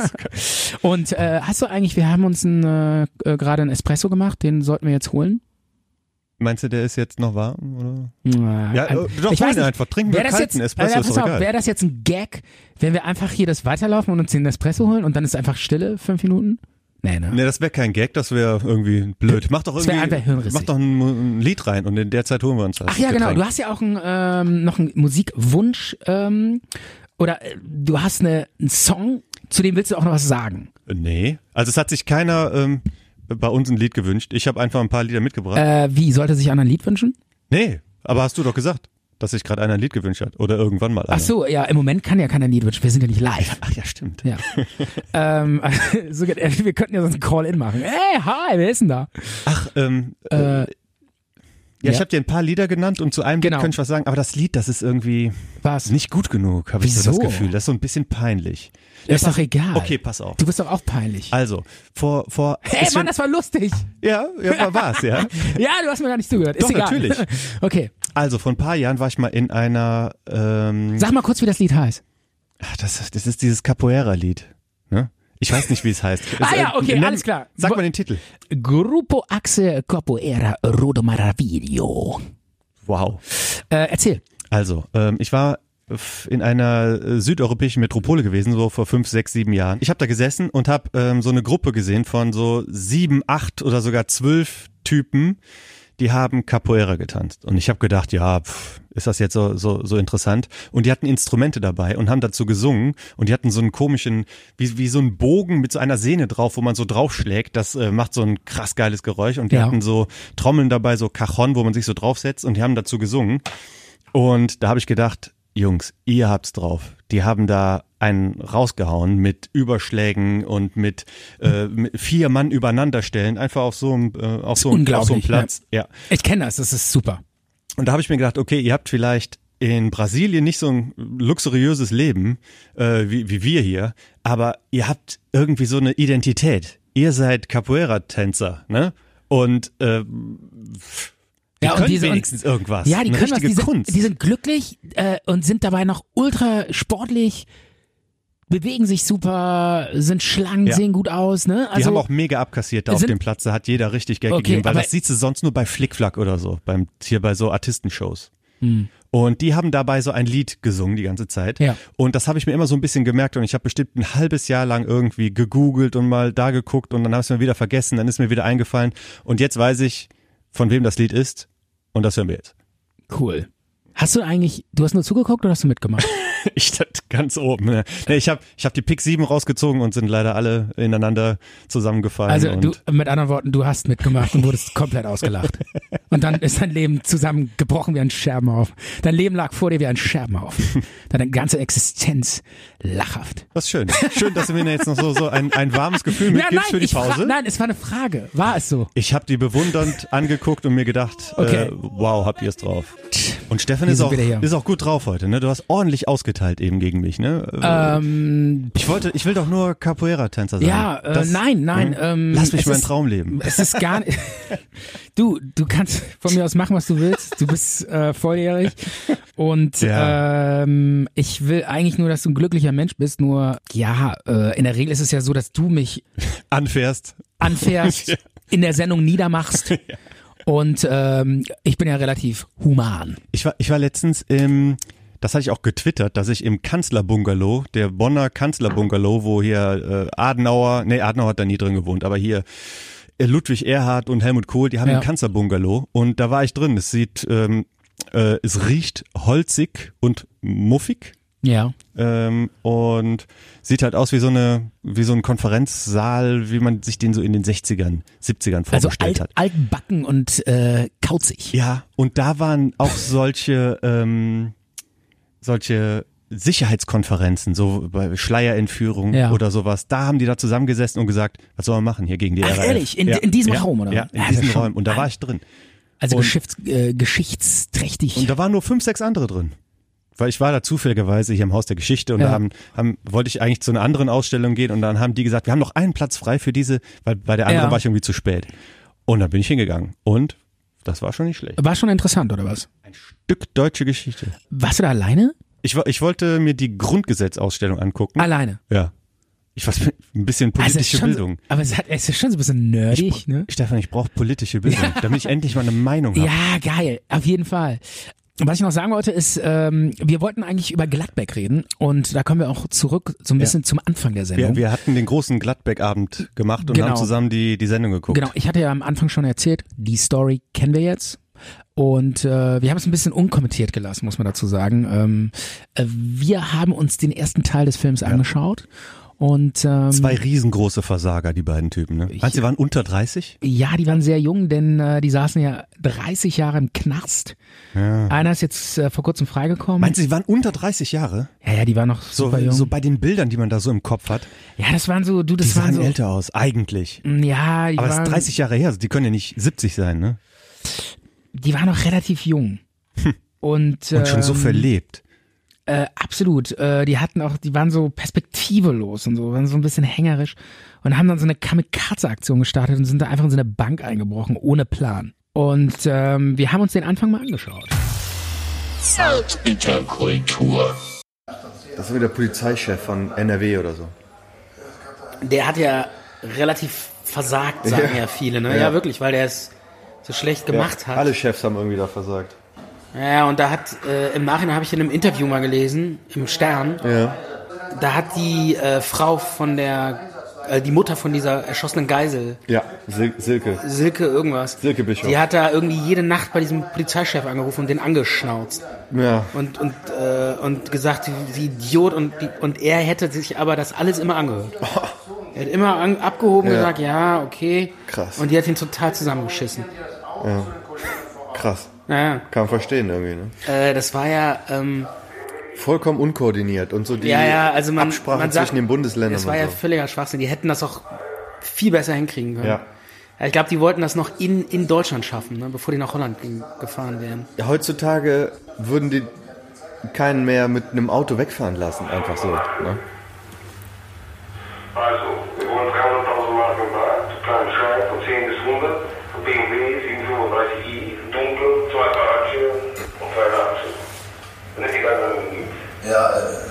A: Und äh, hast du eigentlich, wir haben uns einen, äh, äh, gerade einen Espresso gemacht, den sollten wir jetzt holen.
E: Meinst du, der ist jetzt noch warm? Oder?
A: Ja,
E: Ja,
A: ein-
E: äh, doch,
A: ich
E: holen
A: weiß nicht,
E: einfach. Trinken wir
A: Wäre das,
E: kalten
A: jetzt,
E: Espresso,
A: äh,
E: ist
A: pass
E: doch
A: auf,
E: egal.
A: wär das jetzt ein Gag, wenn wir einfach hier das weiterlaufen und uns den Espresso holen und dann ist einfach Stille, fünf Minuten? Nee, ne?
E: Nee, das wäre kein Gag, das wäre irgendwie blöd. Mach doch
A: Das wär einfach
E: irgendwie,
A: hirnrissig.
E: mach doch ein, ein Lied rein und in der Zeit holen wir uns das.
A: Ach ja, genau. Du hast ja auch einen, ähm, noch einen Musikwunsch ähm, oder äh, du hast eine, einen Song, zu dem willst du auch noch was sagen.
E: hast nee, also es hat sich keiner ähm, bei uns ein Lied gewünscht. Ich habe einfach ein paar Lieder mitgebracht.
A: Äh, wie, sollte sich einer ein Lied wünschen?
E: Nee, aber hast du doch gesagt, dass sich gerade einer ein Lied gewünscht hat oder irgendwann mal einer.
A: Ach so, ja, im Moment kann ja keiner ein Lied wünschen. Wir sind ja nicht live.
E: Ach ja, stimmt.
A: Ja. ähm, so, geht- äh, wir könnten ja sonst einen Call-In machen. Hey, hi, wer ist denn da?
E: Ach, ähm,
A: Äh,
E: ja,
A: ja.
E: ich habe dir ein paar Lieder genannt und zu einem
A: Genau.
E: Lied könnte ich was sagen, aber das Lied, das ist irgendwie
A: was?
E: nicht gut genug, habe ich so das
A: Wieso?
E: Gefühl. Das ist so ein bisschen peinlich.
A: ist doch egal.
E: Okay, pass auf.
A: Du bist doch auch peinlich.
E: Also, vor, vor,
A: Hey,
E: ist
A: Mann,
E: schon-
A: das war lustig.
E: ja, ja, war's, ja.
A: Ja, du hast mir gar nicht zugehört. Ist
E: Doch,
A: egal.
E: natürlich.
A: Okay,
E: Also, vor ein paar Jahren war ich mal in einer, ähm,
A: sag mal kurz, wie das Lied heißt.
E: ach, das, das ist dieses Capoeira-Lied, ne? Ich weiß nicht, wie es heißt.
A: Ah
E: Es,
A: ja,
E: äh,
A: okay, alles klar.
E: Sag
A: Wo-
E: mal den Titel.
A: Gruppo Axe Capoeira Rodo Maraviglio.
E: Wow.
A: Äh, erzähl.
E: Also, ähm, ich war f- in einer äh, südeuropäischen Metropole gewesen, so vor fünf, sechs, sieben Jahren. Ich habe da gesessen und habe ähm, so eine Gruppe gesehen von so sieben, acht oder sogar zwölf Typen, die haben Capoeira getanzt. Und ich habe gedacht, ja, pf, ist das jetzt so, so, so interessant? Und die hatten Instrumente dabei und haben dazu gesungen und die hatten so einen komischen, wie, wie so einen Bogen mit so einer Sehne drauf, wo man so draufschlägt. Das äh, macht so ein krass geiles Geräusch. Und die
A: Ja.
E: hatten so Trommeln dabei, so Cajon, wo man sich so draufsetzt und die haben dazu gesungen. Und da habe ich gedacht, Jungs, ihr habt's drauf. Die haben da einen rausgehauen mit Überschlägen und mit, äh, mit vier Mann übereinander stellen, einfach auf so einem, äh, auf so einem, auf so einem
A: unglaublich, ne?
E: Platz. Ja.
A: Ich kenne das, das ist super.
E: Und da habe ich mir gedacht, okay, ihr habt vielleicht in Brasilien nicht so ein luxuriöses Leben äh, wie, wie wir hier, aber ihr habt irgendwie so eine Identität. Ihr seid Capoeira-Tänzer, ne? Und äh, die können wenigstens irgendwas.
A: Ja, die
E: eine
A: können was,
E: richtige
A: die,
E: Kunst.
A: Sind, die sind glücklich äh, und sind dabei noch ultra sportlich, bewegen sich super, sind schlank,
E: Ja.
A: sehen gut aus, ne? Also,
E: Die haben auch mega abkassiert da auf
A: sind-
E: dem Platz, da hat jeder richtig Geld
A: Okay,
E: gegeben, weil
A: aber-
E: das siehst du sonst nur bei Flickflack oder so, beim, hier bei so Artistenshows. Und die haben dabei so ein Lied gesungen die ganze Zeit.
A: Hm. Ja.
E: Und das habe ich mir immer so ein bisschen gemerkt und ich habe bestimmt ein halbes Jahr lang irgendwie gegoogelt und mal da geguckt und dann habe ich es mir wieder vergessen, dann ist mir wieder eingefallen und jetzt weiß ich, von wem das Lied ist und das hören wir jetzt.
A: cool. Hast du eigentlich, du hast nur zugeguckt oder hast du mitgemacht?
E: Ich stand ganz oben. Ne? Nee, ich habe ich hab die Pick 7 rausgezogen und sind leider alle ineinander zusammengefallen.
A: Also
E: und
A: du, mit anderen Worten, du hast mitgemacht und wurdest komplett ausgelacht. Und dann ist dein Leben zusammengebrochen wie ein Scherbenhaufen. Dein Leben lag vor dir wie ein Scherbenhaufen. Deine ganze Existenz lachhaft.
E: Was schön. Schön, dass du mir jetzt noch so, so ein, ein warmes Gefühl
A: Ja,
E: mitgibst
A: nein,
E: für die
A: ich fra-
E: Pause.
A: nein, es war eine Frage. War es so?
E: Ich habe die bewundernd angeguckt und mir gedacht,
A: Okay.
E: äh, wow, habt ihr es drauf. Und Steffen
A: Wir
E: ist
A: sind
E: auch,
A: wieder hier.
E: ist auch gut drauf heute, ne? Du hast ordentlich ausgeteilt eben gegen mich, ne? Äh,
A: Ähm,
E: ich wollte, ich will doch nur Capoeira-Tänzer sein.
A: ja, äh,
E: Das-
A: nein, nein.
E: Hm?
A: Ähm,
E: Lass
A: es
E: mich meinen
A: ist- Äh,
E: Traum leben.
A: Es ist gar nicht. Du, du kannst von mir aus machen, was du willst. Du bist äh, volljährig. Und
E: Ja.
A: ähm, ich will eigentlich nur, dass du ein glücklicher Mensch bist. Nur, ja, äh, in der Regel ist es ja so, dass du mich
E: Anfährst.
A: anfährst, in der Sendung niedermachst. Und ähm, ich bin ja relativ human.
E: Ich war, ich war letztens im, das hatte ich auch getwittert, dass ich im Kanzlerbungalow, der Bonner Kanzlerbungalow, wo hier äh, Adenauer, nee, Adenauer hat da nie drin gewohnt, aber hier äh, Ludwig Erhard und Helmut Kohl, die haben
A: Ja.
E: einen Kanzlerbungalow und da war ich drin. Es sieht, ähm, äh, es riecht holzig und muffig.
A: Ja.
E: Ähm, und sieht halt aus wie so eine, wie so ein Konferenzsaal, wie man sich den so in den 60ern, 70ern
A: Also
E: vorgestellt
A: alt,
E: hat.
A: altbacken und äh, kauzig.
E: Ja, und da waren auch solche, ähm, solche Sicherheitskonferenzen, so bei Schleierentführung
A: Ja.
E: oder sowas. Da haben die da zusammengesessen und gesagt, was sollen wir machen hier gegen die
A: Ach,
E: RAF?
A: ehrlich? In- in diesem
E: ja,
A: Raum, oder?
E: Ja, in
A: Ja, das
E: diesem
A: ist schon-
E: Raum. Und da war ich drin.
A: Also
E: Und-
A: geschäfts- äh, geschichtsträchtig.
E: Und da waren nur fünf, sechs andere drin. weil ich war da zufälligerweise hier im Haus der Geschichte und
A: Ja.
E: da haben, haben, wollte ich eigentlich zu einer anderen Ausstellung gehen und dann haben die gesagt, wir haben noch einen Platz frei für diese, weil bei der anderen
A: Ja.
E: war ich irgendwie zu spät. Und dann bin ich hingegangen und das war schon nicht schlecht.
A: War schon interessant, oder was?
E: Ein Stück deutsche Geschichte.
A: Warst du da alleine?
E: Ich, wo- ich wollte mir die Grundgesetzausstellung angucken.
A: Alleine.
E: Ja. Ich weiß, ein bisschen
A: es
E: politische
A: Ah. ist Also schon,
E: Bildung.
A: So, aber es, hat, es ist schon so ein bisschen nerdig,
E: Ich,
A: ne?
E: Stefan, ich brauche politische Bildung, damit ich endlich mal eine Meinung habe.
A: Ja, geil, auf jeden Fall. Was ich noch sagen wollte ist, ähm, wir wollten eigentlich über Gladbeck reden und da kommen wir auch zurück so ein bisschen zum Anfang der Sendung.
E: Wir, wir hatten den großen Gladbeck-Abend gemacht und
A: Hm? Genau.
E: haben zusammen die, die Sendung geguckt.
A: Genau, ich hatte ja am Anfang schon erzählt, die Story kennen wir jetzt. Und äh, wir haben es ein bisschen unkommentiert gelassen, muss man dazu sagen. Ähm, äh, wir haben uns den ersten Teil des Films angeschaut und ähm,
E: Zwei riesengroße Versager, die beiden Typen. Ne? Meinst du, die waren unter 30?
A: ja, die waren sehr jung, denn äh, die saßen ja 30 Jahre im Knast. Einer ist jetzt äh, vor kurzem freigekommen.
E: Meinst du, die waren unter 30 Jahre?
A: ja, ja, die waren noch
E: So,
A: super jung.
E: so bei den Bildern, die man da so im Kopf hat.
A: ja, das waren so, du, das
E: Die
A: waren
E: sahen
A: so. Hm,
E: älter aus, eigentlich.
A: Ja, die
E: Aber es
A: waren,
E: ist 30 Jahre her, also die können ja nicht 70 sein, ne?
A: die waren noch relativ jung. Und,
E: Hm. Und schon so
A: ähm,
E: verlebt.
A: Äh, absolut. Äh, die hatten auch, die waren so perspektivelos und so, waren so ein bisschen hängerisch und haben dann so eine Kamikaze-Aktion gestartet und sind da einfach in so eine Bank eingebrochen, ohne Plan. Und ähm, wir haben uns den Anfang mal angeschaut.
D: Interkultur.
C: Das war wieder Polizeichef von NRW oder so.
F: Der hat ja relativ versagt, sagen ja, viele, ne? Ja.
C: Ja.
F: wirklich, weil der es so schlecht gemacht hat.
C: Alle Chefs haben irgendwie da versagt.
F: Ja, und da hat, äh, im Nachhinein habe ich in einem Interview mal gelesen, im Stern,
C: Ja.
F: da hat die äh, Frau von der, äh, die Mutter von dieser erschossenen Geisel,
C: Ja, Sil Silke.
F: Silke irgendwas,
C: Silke Bischof.
F: die hat da irgendwie jede Nacht bei diesem Polizeichef angerufen und den angeschnauzt.
C: Ja.
F: Und, und, äh, und gesagt, sie- sie Idiot. Und, die- und er hätte sich aber das alles immer angehört. Er hat immer an, abgehoben und
C: Ja.
F: gesagt, ja, okay.
C: Krass.
F: Und die hat ihn total zusammengeschissen.
C: Krass.
F: Naja,
C: Kann man verstehen irgendwie, ne?
F: äh, das war ja, ähm,
C: Vollkommen unkoordiniert und so die
F: ja, ja, also man,
C: Absprachen
F: man sagt,
C: zwischen den Bundesländern
F: Das war ja
C: und so.
F: völliger Schwachsinn. Die hätten das auch viel besser hinkriegen können.
C: Ja.
F: Ja, ich glaube, die wollten das noch in, in Deutschland schaffen, ne, bevor die nach Holland ge- gefahren wären.
C: Ja, Heutzutage würden die keinen mehr mit einem Auto wegfahren lassen, einfach so. Ne?
G: Also, wir wollen 300.000 Mark im Bar, zu kleinen Schein von 10 bis 100, von BMW 735i, dunkel, zwei Parache und drei Latsche. Wenn es die beiden anderen gibt.
H: Ja, äh.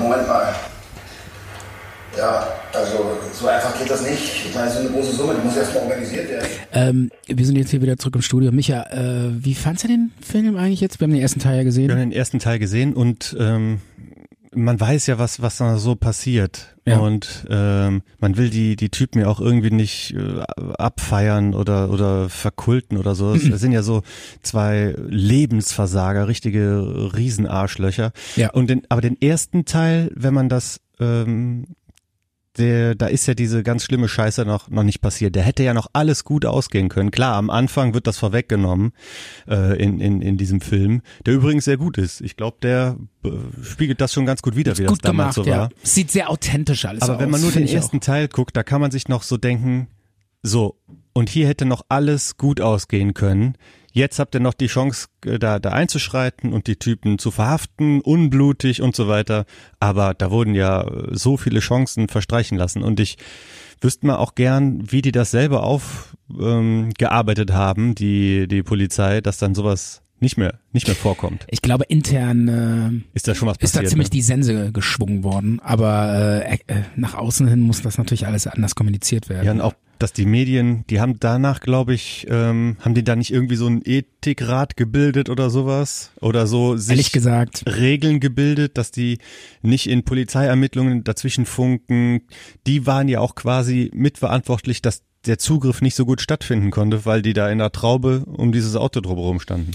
H: Moment mal. Ja, also so einfach geht das nicht. Ich meine, so eine große Summe, die muss erstmal organisiert werden.
A: Ähm, wir sind jetzt hier wieder zurück im Studio. Micha, äh, wie fandst du den Film eigentlich jetzt? Wir haben den ersten Teil ja gesehen.
E: Wir haben den ersten Teil gesehen und ähm, man weiß ja, was, was da so passiert.
A: Ja.
E: Und ähm, man will die, die Typen ja auch irgendwie nicht äh, abfeiern oder, oder verkulten oder so.
A: Mhm.
E: Das sind ja so zwei Lebensversager, richtige Riesenarschlöcher.
A: Ja.
E: Und den, aber den ersten Teil, wenn man das ähm, der, da ist ja diese ganz schlimme Scheiße noch, noch nicht passiert. Der hätte ja noch alles gut ausgehen können. Klar, am Anfang wird das vorweggenommen äh, in, in, in diesem Film, der übrigens sehr gut ist. Ich glaube, der äh, spiegelt das schon ganz gut wider, wie das
A: Gut gemacht,
E: damals so war.
A: ja. Sieht sehr authentisch alles aus.
E: Aber wenn man nur den
A: finde ich auch.
E: ersten Teil guckt, da kann man sich noch so denken, so, und hier hätte noch alles gut ausgehen können. Jetzt habt ihr noch die Chance, äh, da, da einzuschreiten und die Typen zu verhaften, unblutig und so weiter. Aber da wurden ja äh, so viele Chancen verstreichen lassen. Und ich wüsste mal auch gern, wie die das selber aufgearbeitet ähm, gearbeitet haben, die, die Polizei, dass dann sowas nicht mehr, nicht mehr vorkommt.
A: Ich glaube, intern äh,
E: Ist da schon was
A: ist
E: passiert?
A: da ziemlich
E: ne?
A: die Sense geschwungen worden. Aber äh, äh, nach außen hin muss das natürlich alles anders kommuniziert werden.
E: Ja, und auch, dass die Medien, die haben danach, glaube ich, ähm, haben die da nicht irgendwie so einen Ethikrat gebildet oder sowas? Oder so
A: Ehrlich
E: sich
A: gesagt.
E: Regeln gebildet, dass die nicht in Polizeiermittlungen dazwischen funken. Die waren ja auch quasi mitverantwortlich, dass der Zugriff nicht so gut stattfinden konnte, weil die da in der Traube um dieses Auto drumherum standen.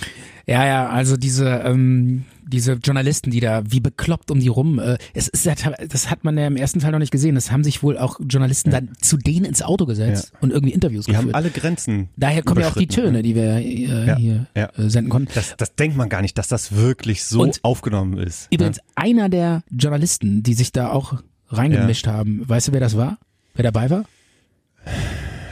A: Ja, ja, also diese, ähm, diese Journalisten, die da wie bekloppt um die rum, äh, es ist ja, teil- das hat man ja im ersten Teil noch nicht gesehen. Das haben sich wohl auch Journalisten dann zu denen ins Auto gesetzt und irgendwie Interviews
E: Die haben
A: geführt.
E: alle Grenzen.
A: Daher kommen ja auch die
E: überschritten,
A: Töne,
E: ne?
A: die wir äh,
E: Ja,
A: hier
E: ja.
A: Äh, senden konnten.
E: Das, das denkt man gar nicht, dass das wirklich so
A: Und-
E: aufgenommen ist. ne?
A: Übrigens, einer der Journalisten, die sich da auch reingemischt haben, weißt du, wer das war? Wer dabei war?
E: ne?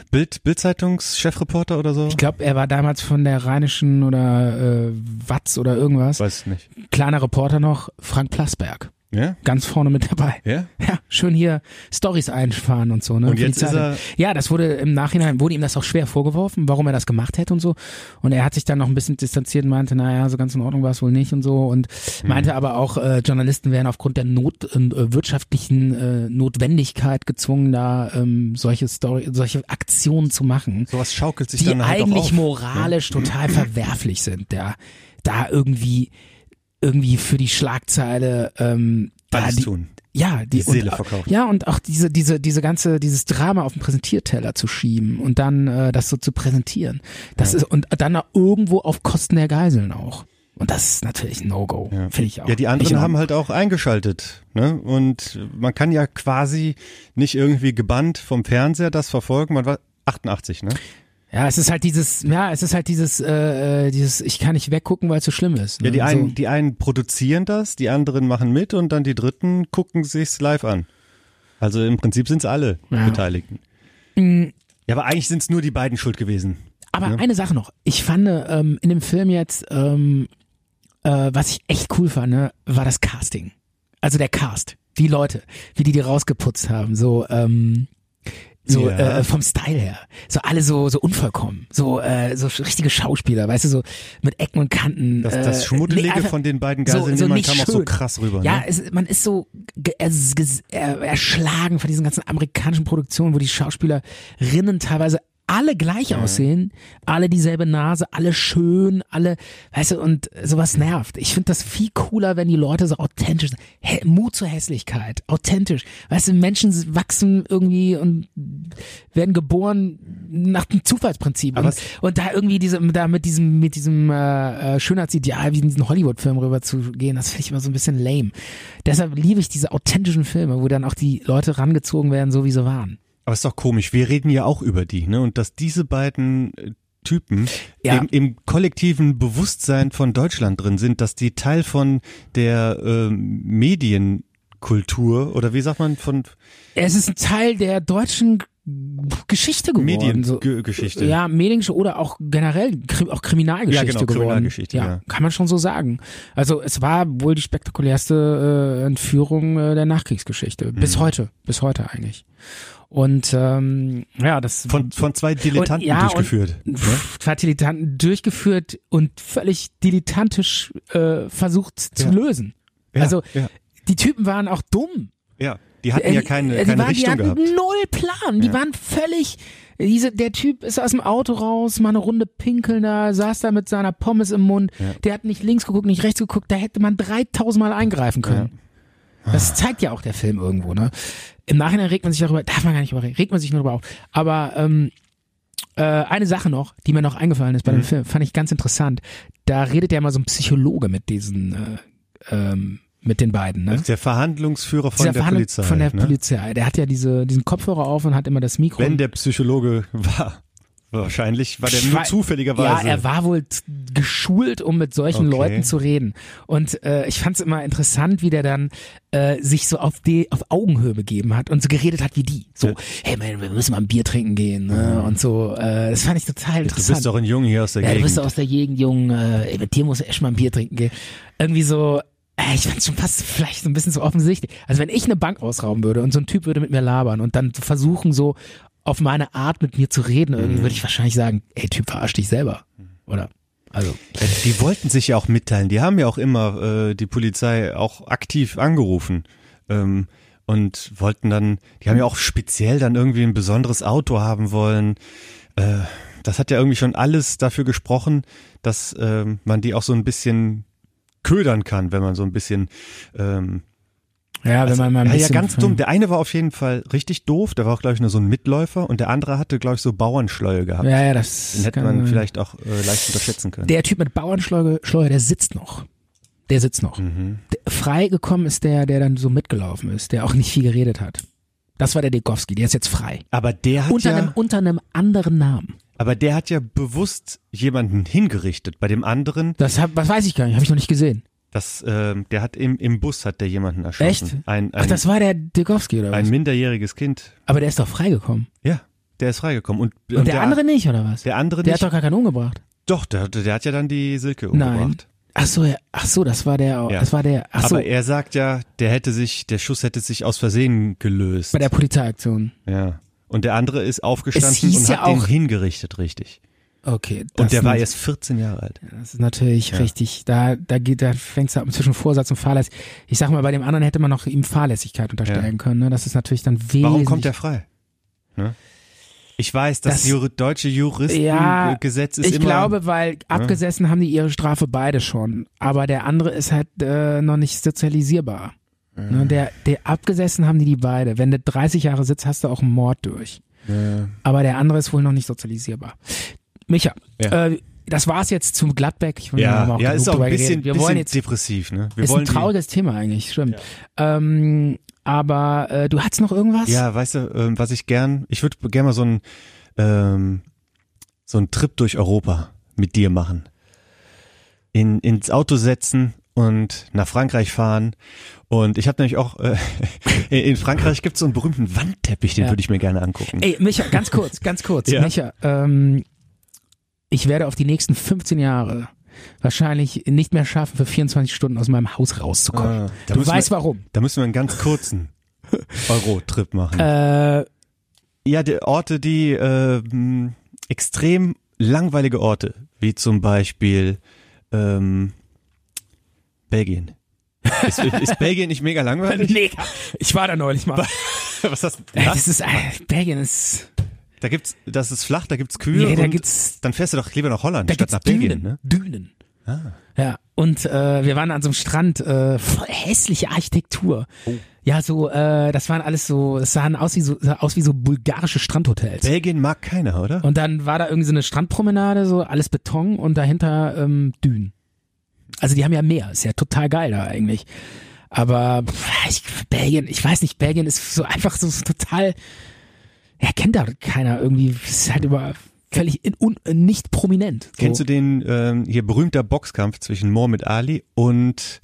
E: Bild, Bild-Zeitungs-Chefreporter oder so?
A: Ich glaube, er war damals von der Rheinischen oder äh, Watz oder irgendwas.
E: Weiß nicht.
A: Kleiner Reporter noch, Frank Plasberg.
E: Ja?
A: Ganz vorne mit dabei.
E: Ja?
A: Ja, schön hier Stories einfahren und so. Ne,
E: Und
A: für die
E: jetzt ist
A: Zeitung.
E: er-
A: ja, das wurde im Nachhinein, wurde ihm das auch schwer vorgeworfen, warum er das gemacht hätte und so. Und er hat sich dann noch ein bisschen distanziert und meinte, naja, so ganz in Ordnung war es wohl nicht und so. Und
E: Mhm.
A: meinte aber auch, äh, Journalisten wären aufgrund der Not, äh, wirtschaftlichen äh, Notwendigkeit gezwungen, da ähm, solche Story, solche Aktionen zu machen
E: Sowas schaukelt sich
A: die
E: dann halt
A: eigentlich
E: auch auf.
A: moralisch total verwerflich sind, ja. da irgendwie irgendwie für die Schlagzeile ähm, da
E: Alles
A: die,
E: tun.
A: Ja, die,
E: Die Seele
A: und,
E: verkaufen.
A: Ja, und auch diese, diese, diese ganze, dieses Drama auf den Präsentierteller zu schieben und dann äh, das so zu präsentieren. Das ist und dann auch irgendwo auf Kosten der Geiseln auch. Und das ist natürlich ein No-Go, finde ich auch.
E: Ja,
A: Nicht
E: die
A: in
E: anderen haben
A: Ordnung.
E: halt auch eingeschaltet. Ne? Und man kann ja quasi nicht irgendwie gebannt vom Fernseher das verfolgen. Man war 88, ne?
A: Ja, es ist halt dieses, ja, es ist halt dieses, äh, äh, dieses, ich kann nicht weggucken, weil es so schlimm ist. Ne?
E: Ja, die einen,
A: so.
E: die einen produzieren das, die anderen machen mit und dann die dritten gucken sich's live an. Also im Prinzip sind's alle
A: Ja. Mm.
E: Beteiligten. Ja, aber eigentlich sind's nur die beiden schuld gewesen.
A: Aber eine Sache noch. Ich fand ähm, in dem Film jetzt, ähm, äh, was ich echt cool fand, ne, war das Casting. Also der Cast. Die Leute, wie die die rausgeputzt haben. So, ähm, so
E: Ja.
A: äh, vom Style her. So alle so, so unvollkommen. So, äh, so sch- richtige Schauspieler, weißt du, so mit Ecken und Kanten.
E: Das, das
A: äh,
E: Schmuddelige
A: nee, einfach-
E: von den beiden Geiselnehmern kam auch so krass rüber.
A: ja,
E: ne?
A: es, man ist so ge- es- ges- er- erschlagen von diesen ganzen amerikanischen Produktionen, wo die Schauspielerinnen teilweise alle gleich
E: Mhm.
A: aussehen, alle dieselbe Nase, alle schön, alle, weißt du, und sowas nervt. Ich finde das viel cooler, wenn die Leute so authentisch sind. Hä- Mut zur Hässlichkeit, authentisch. Weißt du, Menschen wachsen irgendwie und werden geboren nach dem Zufallsprinzip.
E: Aber
A: Und, und da irgendwie diese, da mit diesem, mit diesem äh, äh, Schönheitsideal wie in diesen Hollywood-Film rüber zu gehen, das finde ich immer so ein bisschen lame. Deshalb liebe ich diese authentischen Filme, wo dann auch die Leute rangezogen werden, so wie sie waren.
E: Aber ist doch komisch, wir reden ja auch über die, ne? Und dass diese beiden äh, Typen
A: Ja.
E: im, im kollektiven Bewusstsein von Deutschland drin sind, dass die Teil von der ähm, Medienkultur oder wie sagt man von
A: Es ist ein Teil der deutschen Geschichte geworden. so.
E: Mediengeschichte.
A: Ja, Mediengeschichte oder auch generell Kri auch Kriminalgeschichte
E: Ja, genau,
A: geworden.
E: Kriminalgeschichte, ja.
A: Kann man schon so sagen. Also es war wohl die spektakulärste äh, Entführung äh, der Nachkriegsgeschichte.
E: Mhm.
A: Bis heute. Bis heute eigentlich. Und ähm, ja, das
E: von von zwei Dilettanten
A: Und- ja, und-
E: durchgeführt. ne?
A: Pff, Zwei Dilettanten durchgeführt und völlig dilettantisch äh, versucht zu
E: Ja.
A: lösen.
E: Ja,
A: also
E: ja.
A: die Typen waren auch dumm.
E: ja, die hatten ja
A: Äh,
E: keine
A: die
E: keine
A: waren,
E: Richtung
A: die hatten
E: gehabt. ne?
A: Null Plan. Die waren völlig. Diese, der Typ ist aus dem Auto raus, mal eine Runde pinkeln da, saß da mit seiner Pommes im Mund. Der hat nicht links geguckt, nicht rechts geguckt. Da hätte man 3000 Mal eingreifen können. Das zeigt ja auch der Film irgendwo. Ne? Im Nachhinein regt man sich darüber, darf man gar nicht überreden, regt man sich nur darüber auf. Aber ähm, äh, eine Sache noch, die mir noch eingefallen ist bei
E: Mhm.
A: dem Film, fand ich ganz interessant. Da redet ja mal so ein Psychologe mit diesen, äh, ähm, mit den beiden. Ne?
E: Der Verhandlungsführer von
A: Dieser
E: der
A: Verhandlung-
E: Polizei.
A: Von der
E: ne?
A: Polizei. Der hat ja diese, diesen Kopfhörer auf und hat immer das Mikro.
E: Wenn der Psychologe war, wahrscheinlich war der nur
A: Schwe-
E: zufälligerweise.
A: Ja, er war wohl t- geschult, um mit solchen
E: Okay.
A: Leuten zu reden. Und äh, ich fand es immer interessant, wie der dann äh, sich so auf, die, auf Augenhöhe begeben hat und so geredet hat wie die. So, hey, man, wir müssen mal ein Bier trinken gehen. Ne? Und so, äh, das fand ich total
E: du
A: interessant.
E: bist doch ein Junge hier aus der
A: ja, du
E: Gegend.
A: bist doch aus der Gegend, Junge. Äh, ey, mit dir muss ich echt mal ein Bier trinken gehen. Irgendwie so, äh, ich fand's schon fast vielleicht so ein bisschen so offensichtlich. Also wenn ich eine Bank ausrauben würde und so ein Typ würde mit mir labern und dann versuchen so auf meine Art mit mir zu reden, irgendwie würde ich wahrscheinlich sagen, ey Typ, verarsch dich selber. Oder? Also,
E: Ja, Äh, Die wollten sich ja auch mitteilen. Die haben ja auch immer äh, die Polizei auch aktiv angerufen ähm, und wollten dann, die haben ja auch speziell dann irgendwie ein besonderes Auto haben wollen. Äh, das hat ja irgendwie schon alles dafür gesprochen, dass ähm, man die auch so ein bisschen ködern kann, wenn man so ein bisschen ähm,
A: ja, wenn man mal ein
E: ja, ja,
A: bisschen
E: ganz dumm. Der eine war auf jeden Fall richtig doof, der war auch, glaube ich, nur so ein Mitläufer und der andere hatte, glaube ich, so Bauernschleue gehabt.
A: Ja, ja, das
E: Den hätte
A: kann
E: man
A: sein.
E: vielleicht auch äh, leicht unterschätzen können.
A: Der Typ mit Bauernschleue, Schleue, der sitzt noch. Der sitzt noch. Der, frei gekommen ist der, der dann so mitgelaufen ist, der auch nicht viel geredet hat. Das war der Degowski, der ist jetzt frei.
E: aber der hat
A: unter,
E: ja,
A: einem, unter einem anderen Namen.
E: aber der hat ja bewusst jemanden hingerichtet. Bei dem anderen,
A: Das, hab, was weiß ich gar nicht, habe ich noch nicht gesehen.
E: das, ähm, der hat im, im Bus hat der jemanden erschossen.
A: Echt?
E: Ein, ein,
A: Ach, das war der Degowski oder
E: ein
A: was?
E: minderjähriges Kind.
A: Aber der ist doch freigekommen.
E: Ja. Der ist freigekommen. Und,
A: Und, der, andere nicht, oder was?
E: Der andere
A: der
E: nicht.
A: hat doch gar keinen umgebracht.
E: doch, der, der hat ja dann die Silke
A: Nein.
E: umgebracht.
A: Ach so, ja. ach so, das war der,
E: Ja.
A: das war der, ach so,
E: Aber er sagt ja, der hätte sich, der Schuss hätte sich aus Versehen gelöst.
A: bei der Polizeiaktion.
E: ja. Und der andere ist aufgestanden
A: hieß
E: und hat
A: ja
E: den
A: auch-
E: hingerichtet, richtig.
A: Okay.
E: Und der
A: sind-
E: war erst 14 Jahre alt.
A: Das ist natürlich richtig. Da, da geht, da fängst du ab zwischen Vorsatz und Fahrlässig. Ich sag mal, bei dem anderen hätte man noch ihm Fahrlässigkeit unterstellen können. Ne? Das ist natürlich dann wesentlich.
E: Warum kommt er frei? Ne? Ich weiß, das,
A: Das-
E: Juri deutsche
A: Ja,
E: Juristengesetz ist
A: ich
E: immer.
A: glaube, weil abgesessen haben die ihre Strafe beide schon. Aber der andere ist halt äh, noch nicht sozialisierbar. Ne, der, der abgesessen haben die die beide. Wenn du 30 Jahre sitzt, hast du auch einen Mord durch. Aber der andere ist wohl noch nicht sozialisierbar. Micha,
E: Ja.
A: äh, das war's jetzt zum Gladbeck. Ich will wir haben
E: ja, ja,
A: genug
E: ist auch
A: drüber
E: ein bisschen,
A: geredet. Wir
E: bisschen
A: wollen jetzt
E: depressiv. Ne? Wir
A: ist
E: wollen
A: ein trauriges Thema eigentlich, stimmt. Ähm, aber äh, du hattest noch irgendwas?
E: die, Ja, weißt du, ähm, was ich gern, ich würde gern mal so einen ähm, so einen Trip durch Europa mit dir machen. In, ins Auto setzen und nach Frankreich fahren. Und ich habe nämlich auch, äh, in Frankreich gibt es so einen berühmten Wandteppich, den
A: Ja.
E: würde ich mir gerne angucken.
A: Ey, Micha, ganz kurz, ganz kurz.
E: Ja.
A: Micha, ähm, ich werde auf die nächsten 15 Jahre wahrscheinlich nicht mehr schaffen, für 24 Stunden aus meinem Haus rauszukommen.
E: Ah, da
A: du
E: müssen
A: weißt
E: wir-
A: warum.
E: Da müssen wir einen ganz kurzen Euro-Trip machen.
A: Äh,
E: Ja, die Orte, die äh, mh, extrem langweilige Orte, wie zum Beispiel ähm, Belgien. Ist, ist Belgien nicht mega langweilig?
A: nee, ich war da neulich mal.
E: Was hast du?
A: Ey,
E: Ja,
A: Das ist, äh, Belgien ist,
E: da gibt's, das ist flach, da gibt's Kühe.
A: nee, da
E: und
A: gibt's,
E: dann fährst du doch lieber nach Holland
A: da
E: statt
A: gibt's
E: nach
A: Dünen,
E: Belgien, ne?
A: Dünen. Ja, und äh, wir waren an so einem Strand, äh, voll hässliche Architektur.
E: Oh.
A: Ja, so, äh, das waren alles so, das sahen aus wie so, sah aus wie so bulgarische Strandhotels.
E: Belgien mag keiner, oder?
A: Und dann war da irgendwie so eine Strandpromenade, so alles Beton und dahinter ähm, Dünen. Also die haben ja Meer, ist ja total geil da eigentlich. Aber pff, ich, Belgien, ich weiß nicht, Belgien ist so einfach so, so total, ja, kennt da keiner irgendwie, ist halt über völlig in, un, nicht prominent. So.
E: Kennst du den ähm, hier berühmter Boxkampf zwischen Mohamed Ali und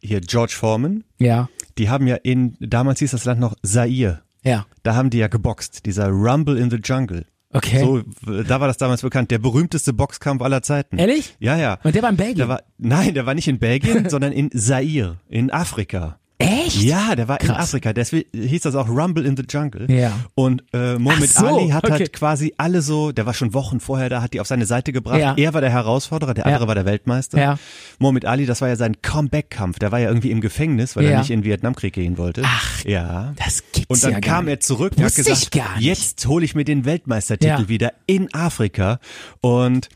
E: hier George Foreman?
A: Ja,
E: Die haben ja in, damals hieß das Land noch Zaire.
A: ja,
E: Da haben die ja geboxt, dieser Rumble in the Jungle.
A: okay.
E: So, w- da war das damals bekannt, der berühmteste Boxkampf aller Zeiten.
A: Ehrlich?
E: Ja, ja.
A: Und der war in Belgien?
E: Der war, nein, der war nicht in Belgien, sondern in Zaire, in Afrika.
A: Echt?
E: Ja, der war in
A: Krass.
E: Afrika. Deswegen hieß das auch Rumble in the Jungle.
A: Ja.
E: Und äh, Mohamed
A: Ach so,
E: Ali hat
A: okay.
E: halt quasi alle so, der war schon Wochen vorher da, hat die auf seine Seite gebracht.
A: Ja.
E: Er war der Herausforderer, der
A: Ja.
E: andere war der Weltmeister.
A: Ja.
E: Mohamed Ali, das war ja sein Comeback-Kampf. Der war ja irgendwie im Gefängnis, weil
A: Ja.
E: er nicht in den Vietnamkrieg gehen wollte.
A: Ach,
E: ja.
A: Das gibt's
E: Und dann
A: ja gar
E: kam
A: nicht.
E: er zurück und hat
A: Wusste ich
E: gesagt,
A: gar nicht.
E: jetzt hole ich mir den Weltmeistertitel
A: Ja.
E: wieder in Afrika. Und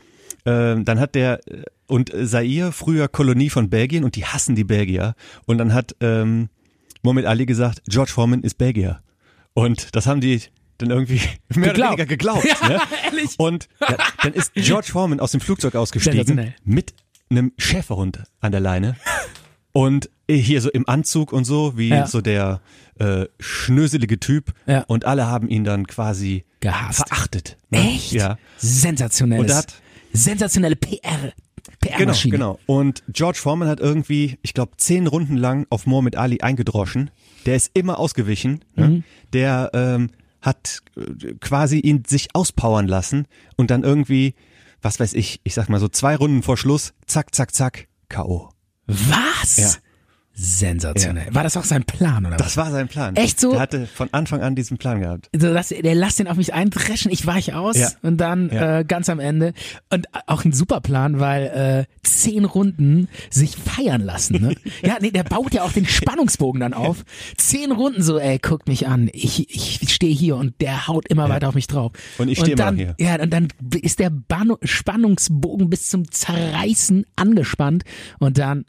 E: ähm, dann hat der, äh, und äh, Zaire, früher Kolonie von Belgien, und die hassen die Belgier. Und dann hat ähm, Mohamed Ali gesagt, George Foreman ist Belgier. Und das haben die dann irgendwie mehr
A: Geglaubt.
E: oder weniger geglaubt. ne?
A: ehrlich.
E: Und ja, dann ist George Foreman aus dem Flugzeug ausgestiegen
A: Sensationell.
E: mit einem Schäferhund an der Leine. Und hier so im Anzug und so, wie
A: Ja.
E: so der äh, schnöselige Typ.
A: Ja.
E: Und alle haben ihn dann quasi
A: Gehasst.
E: verachtet. ne?
A: Echt?
E: Ja.
A: Sensationelles.
E: Und da hat-
A: sensationelle PR.
E: Genau,
A: PR-Maschine.
E: genau. Und George Foreman hat irgendwie, ich glaube, zehn Runden lang auf Mohamed Ali eingedroschen. Der ist immer ausgewichen.
A: Mhm.
E: Ne? Der ähm, hat äh, quasi ihn sich auspowern lassen und dann irgendwie, was weiß ich, ich sag mal so zwei Runden vor Schluss, zack, zack, zack, K.O.
A: Was?
E: Ja.
A: Sensationell. War das auch sein Plan, oder
E: Das war sein Plan.
A: Echt so?
E: Der hatte von Anfang an diesen Plan gehabt.
A: was? So, dass, der lässt den auf mich eindreschen, ich weich aus
E: Ja.
A: und dann
E: Ja.
A: äh, ganz am Ende. Und auch ein super Plan, weil äh, zehn Runden sich feiern lassen. Ne? ja, nee, der baut ja auch den Spannungsbogen dann auf. Zehn Runden so, ey, guckt mich an, ich, ich stehe hier und der haut immer weiter auf mich drauf.
E: Und ich steh immer
A: dann-
E: noch hier.
A: Ja, und dann ist der Banu- Spannungsbogen bis zum Zerreißen angespannt und dann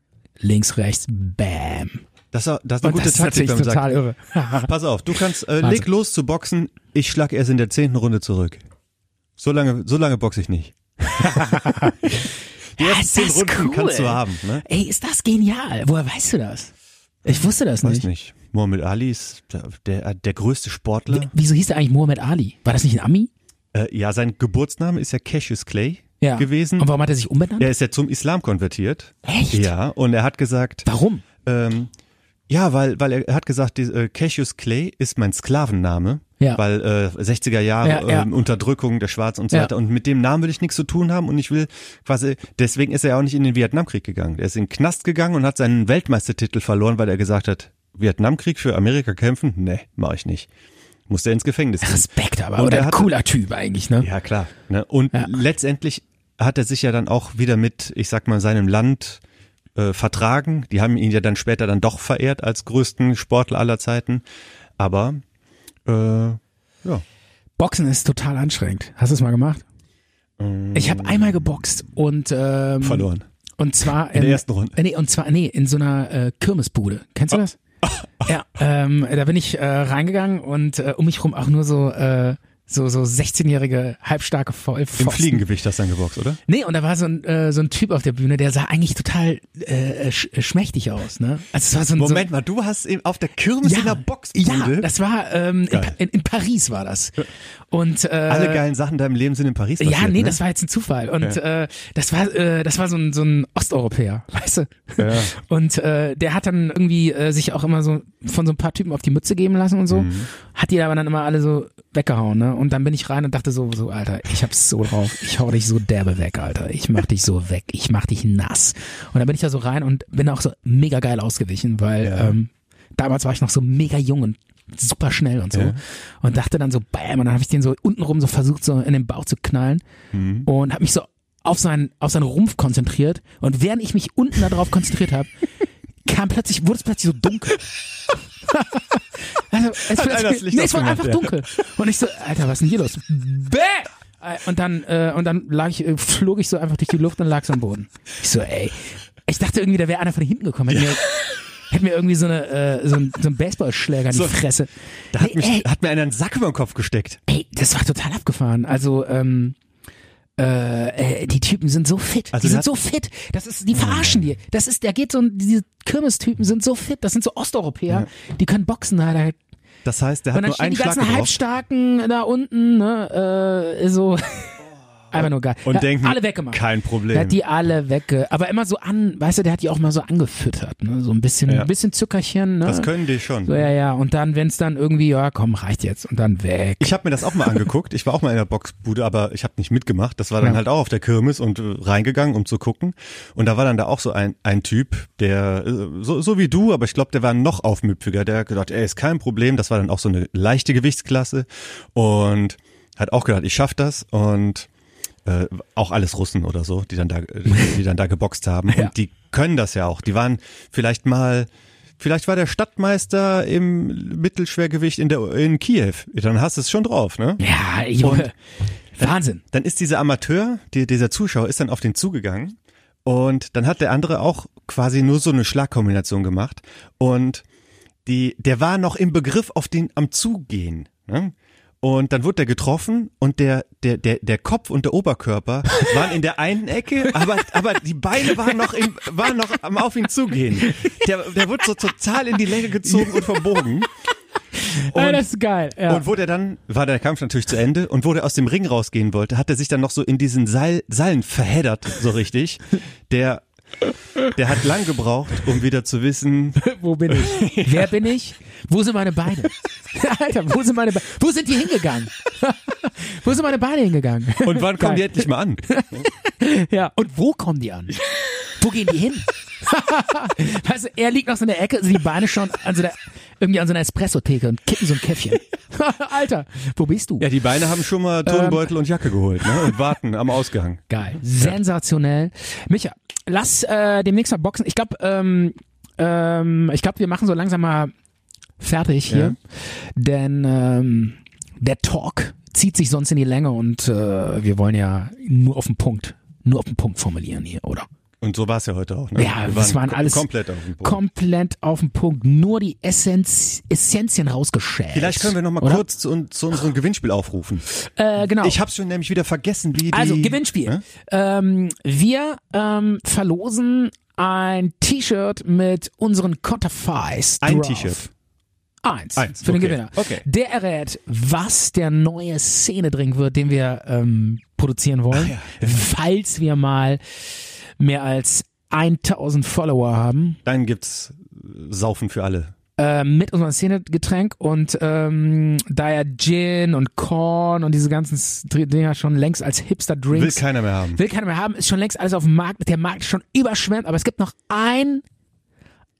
A: links, rechts, bam.
E: Das, war- das ist eine
A: und
E: gute
A: das
E: Taktik,
A: ist
E: wenn
A: natürlich
E: man
A: total
E: sagt,
A: irre.
E: pass auf, du kannst, äh,
A: Wahnsinn.
E: leg los zu boxen, ich schlag erst in der zehnten Runde zurück. So lange, so lange boxe ich nicht. Die ersten
A: ist
E: zehn
A: das
E: Runden
A: cool.
E: kannst du haben, ne?
A: Ey, ist das genial. Woher weißt du das? Ich wusste das
E: Weiß
A: nicht.
E: nicht. Mohamed Ali ist der, der, der größte Sportler.
A: Wieso hieß der eigentlich Mohammed Ali? War das nicht ein Ami?
E: Äh, ja, sein Geburtsname ist ja Cassius Clay
A: Ja.
E: gewesen.
A: Und warum hat er sich umbenannt?
E: er ist ja zum Islam konvertiert.
A: Echt?
E: Ja, und er hat gesagt,
A: Warum?
E: ähm, Ja, weil, weil er hat gesagt, die, äh, Cassius Clay ist mein Sklavenname,
A: Ja.
E: weil äh, 60er Jahre
A: Ja, ja.
E: Ähm, Unterdrückung der Schwarzen und so
A: Ja.
E: weiter. Und mit dem Namen will ich nichts zu tun haben und ich will quasi, deswegen ist er ja auch nicht in den Vietnamkrieg gegangen. Er ist in den Knast gegangen und hat seinen Weltmeistertitel verloren, weil er gesagt hat, Vietnamkrieg für Amerika kämpfen? Nee, mach ich nicht. Musste ins Gefängnis. gehen.
A: Respekt aber,
E: Und
A: oder
E: er
A: ein
E: hatte-
A: cooler Typ eigentlich, ne?
E: Ja, klar. Ne? Und letztendlich hat er sich ja dann auch wieder mit, ich sag mal, seinem Land äh, vertragen. Die haben ihn ja dann später dann doch verehrt als größten Sportler aller Zeiten. Aber äh, ja.
A: Boxen ist total anstrengend. Hast du es mal gemacht? Ich habe einmal geboxt und ähm,
E: Ähm. Verloren.
A: Und zwar in,
E: der ersten Runde. Ah.
A: äh, Nee, und zwar nee, in so einer äh, Kirmesbude. Kennst du das? Ja, ähm, da bin ich äh, reingegangen und äh, um mich rum auch nur so äh, so so 16-jährige halbstarke Vollpfosten.
E: Im Fliegengewicht hast du dann geboxt, oder?
A: Nee, und da war so ein äh, so ein Typ auf der Bühne, der sah eigentlich total äh, sch schmächtig aus, ne? Also es war so ein so,
E: Moment mal, du hast eben auf der Kirmes in der Boxbude.
A: Ja, das war ähm, in,
E: Geil.
A: Pa- in, in Paris war das. Und äh,
E: alle geilen Sachen in deinem Leben sind in Paris passiert.
A: ja, nee,
E: ne?
A: das war jetzt ein Zufall. Und äh, das war, äh, das war so ein, so ein Osteuropäer, weißt du?
E: Ja.
A: Und äh, der hat dann irgendwie äh, sich auch immer so von so ein paar Typen auf die Mütze geben lassen und so.
E: Mhm.
A: Hat die aber dann immer alle so weggehauen, ne? Und dann bin ich rein und dachte so, so, Alter, ich hab's so drauf. Ich hau dich so derbe weg, Alter. Ich mach dich so weg. Ich mach dich nass. Und dann bin ich da so rein und bin auch so mega geil ausgewichen, weil ähm, damals war ich noch so mega jung und super schnell und so. Und dachte dann so, bam, und dann habe ich den so untenrum so versucht, so in den Bauch zu knallen
E: Mhm.
A: und habe mich so auf seinen, auf seinen Rumpf konzentriert. Und während ich mich unten darauf konzentriert habe, kam plötzlich, wurde es plötzlich so dunkel. also, es,
E: einer das Licht
A: nee, es war
E: ausgemacht,
A: einfach
E: ja.
A: dunkel. Und ich so, Alter, was ist denn hier los? Bäh! Und dann, äh, und dann lag ich, äh, flog ich so einfach durch die Luft und lag so am Boden. Ich so, ey. Ich dachte irgendwie, da wäre einer von hinten gekommen. Hätte mir, hätte mir irgendwie so, eine, äh, so, ein, so einen Baseballschläger in die
E: So,
A: Fresse.
E: Da hat,
A: Nee,
E: mich,
A: ey,
E: hat mir einer einen Sack über den Kopf gesteckt.
A: Ey, das war total abgefahren. Also, ähm, äh, äh, die Typen sind so fit.
E: Also
A: die
E: Äh. du
A: sind
E: hast-
A: so fit. Das ist, die verarschen die. Das ist, da geht so ein, diese Kirmestypen sind so fit. Das sind so Osteuropäer. Die können boxen, Alter.
E: Das heißt, der
A: Und
E: hat
A: dann
E: nur
A: stehen
E: einen
A: die
E: Schlag
A: ganzen
E: gebraucht.
A: Halbstarken da unten, ne, äh, so. Einfach nur geil.
E: Und
A: Ja,
E: denken,
A: alle weggemacht.
E: kein Problem.
A: Der hat die alle wegge... Aber immer so an, weißt du, der hat die auch mal so angefüttert, ne? So ein bisschen,
E: Ja.
A: ein bisschen Zuckerchen, ne?
E: Das können die schon.
A: so, ja, ja. Und dann, wenn es dann irgendwie, ja, komm, reicht jetzt. Und dann weg.
E: Ich habe mir das auch mal angeguckt. Ich war auch mal in der Boxbude, aber ich habe nicht mitgemacht. Das war dann
A: Ja.
E: halt auch auf der Kirmes und äh, reingegangen, um zu gucken. Und da war dann da auch so ein, ein Typ, der äh, so, so wie du, aber ich glaube, der war noch aufmüpfiger. Der hat gedacht, ey, ist kein Problem. Das war dann auch so eine leichte Gewichtsklasse und hat auch gedacht, ich schaff das und äh, auch alles Russen oder so, die dann da, äh, die dann da geboxt haben.
A: Ja.
E: Und die können das ja auch. Die waren vielleicht mal, vielleicht war der Stadtmeister im Mittelschwergewicht in der in Kiew. Dann hast du es schon drauf, ne?
A: Ja, Junge. Wahnsinn.
E: Dann ist dieser Amateur, die, dieser Zuschauer, ist dann auf den zugegangen und dann hat der andere auch quasi nur so eine Schlagkombination gemacht und die, der war noch im Begriff auf den am Zugehen. Ne? Und dann wurde der getroffen und der, der, der, der Kopf und der Oberkörper waren in der einen Ecke, aber, aber die Beine waren noch, im, waren noch am auf ihn zugehen. Der, der wurde so total in die Länge gezogen und verbogen.
A: Ey,
E: Und-
A: das ist geil. Ja.
E: Und wurde er dann, war der Kampf natürlich zu Ende und wurde aus dem Ring rausgehen wollte, hat er sich dann noch so in diesen Seil, Seilen verheddert, so richtig. Der, der hat lang gebraucht, um wieder zu wissen,
A: wo bin ich? Wer bin ich? Wo sind meine Beine? Alter, wo sind meine Beine? Wo sind die hingegangen? wo sind meine Beine hingegangen?
E: und wann kommen die
A: Geil.
E: endlich mal an?
A: Ja. Und wo kommen die an? Wo gehen die hin? weißt du, er liegt noch so in der Ecke, also die Beine schon an so einer, irgendwie an so einer Espresso-Theke und kippen so ein Käffchen. Alter, wo bist du?
E: Ja, die Beine haben schon
A: Ähm.
E: mal Turnbeutel und Jacke geholt ne? und warten am Ausgang.
A: Geil. Sensationell. Micha, lass äh, demnächst mal boxen. Ich glaube, ähm, ähm, ich glaube, wir machen so langsam mal fertig hier. Denn ähm, der Talk zieht sich sonst in die Länge und äh, wir wollen ja nur auf den Punkt, nur auf den Punkt formulieren hier, oder?
E: Und so war es ja heute auch. Ne?
A: Ja,
E: Wir
A: das waren
E: kom-
A: alles
E: komplett auf dem Boden.
A: Komplett auf den Punkt. Nur die Essenz, Essenzien rausgeschält.
E: Vielleicht können wir noch mal
A: oder?
E: kurz zu, un- zu unserem Gewinnspiel aufrufen.
A: Äh, genau.
E: Ich hab's schon nämlich wieder vergessen, wie die... Ne?
A: Also, Gewinnspiel.
E: Hä?
A: Ähm, wir ähm, verlosen ein T-Shirt mit unseren Cotterfies.
E: Ein
A: drauf.
E: T-Shirt.
A: Eins,
E: Eins,
A: für den
E: okay,
A: Gewinner.
E: okay.
A: Der errät, was der neue Szene-Drink wird, den wir ähm, produzieren
E: Ah,
A: wollen, falls wir mal mehr als 1000 Follower haben.
E: Dann gibt's äh, Saufen für alle.
A: äh, mit unserem Szenegetränk und ähm, da ja Gin und Korn und diese ganzen S- Dinger schon längst als
E: Will
A: Hipster-Drinks
E: keiner mehr haben.
A: will keiner mehr haben, ist schon längst alles auf dem Markt, der Markt ist schon überschwemmt, aber es gibt noch ein,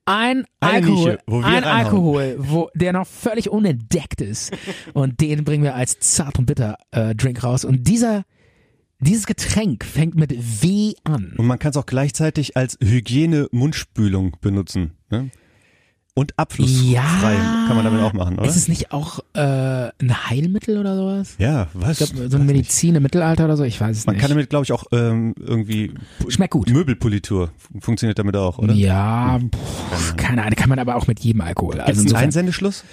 A: ein
E: Eine
A: Alkohol,
E: Nische, wo wir
A: ein
E: reinhauen.
A: Alkohol, wo, der noch völlig unentdeckt ist und den bringen wir als zart und bitter äh, Drink raus und dieser, dieses Getränk fängt mit W an.
E: Und man kann es auch gleichzeitig als Hygiene-Mundspülung benutzen. Ne? Und abflussfrei
A: Ja.
E: kann man damit auch machen, oder?
A: Ist es nicht auch äh, ein Heilmittel oder sowas?
E: ja, was?
A: Ich glaube, so eine Medizin im Mittelalter oder so, ich weiß es
E: man
A: nicht.
E: kann damit, glaube ich, auch ähm, irgendwie
A: Schmeckt gut.
E: Möbelpolitur fun- funktioniert damit auch, oder?
A: Ja, pff, keine Ahnung, kann man aber auch mit jedem Alkohol.
E: Gibt
A: Also
E: es einen
A: insofern,
E: Einsendeschluss?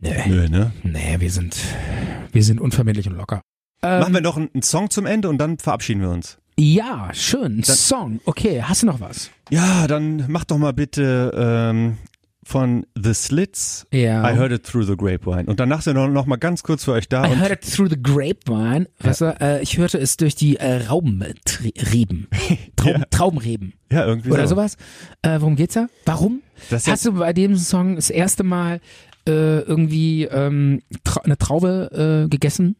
A: nee,
E: Nö, ne?
A: nee, wir sind, wir sind unverbindlich und locker.
E: Machen wir noch einen einen Song zum Ende und dann verabschieden wir uns.
A: Ja, schön, Song. Okay, hast du noch was?
E: Ja, dann mach doch mal bitte ähm, von The Slits
A: Ja.
E: I Heard It Through the Grapevine. Und danach sind wir noch mal ganz kurz für euch da.
A: I
E: und
A: heard it through the grapevine. Weißt du, äh, ich hörte es durch die äh, Raubenreben. Trauben, Traubenreben.
E: ja, irgendwie
A: Oder
E: so.
A: sowas. Äh, worum geht's da? Warum?
E: Das ist
A: Hast du bei dem Song das erste Mal äh, irgendwie ähm, tra eine Traube äh, gegessen?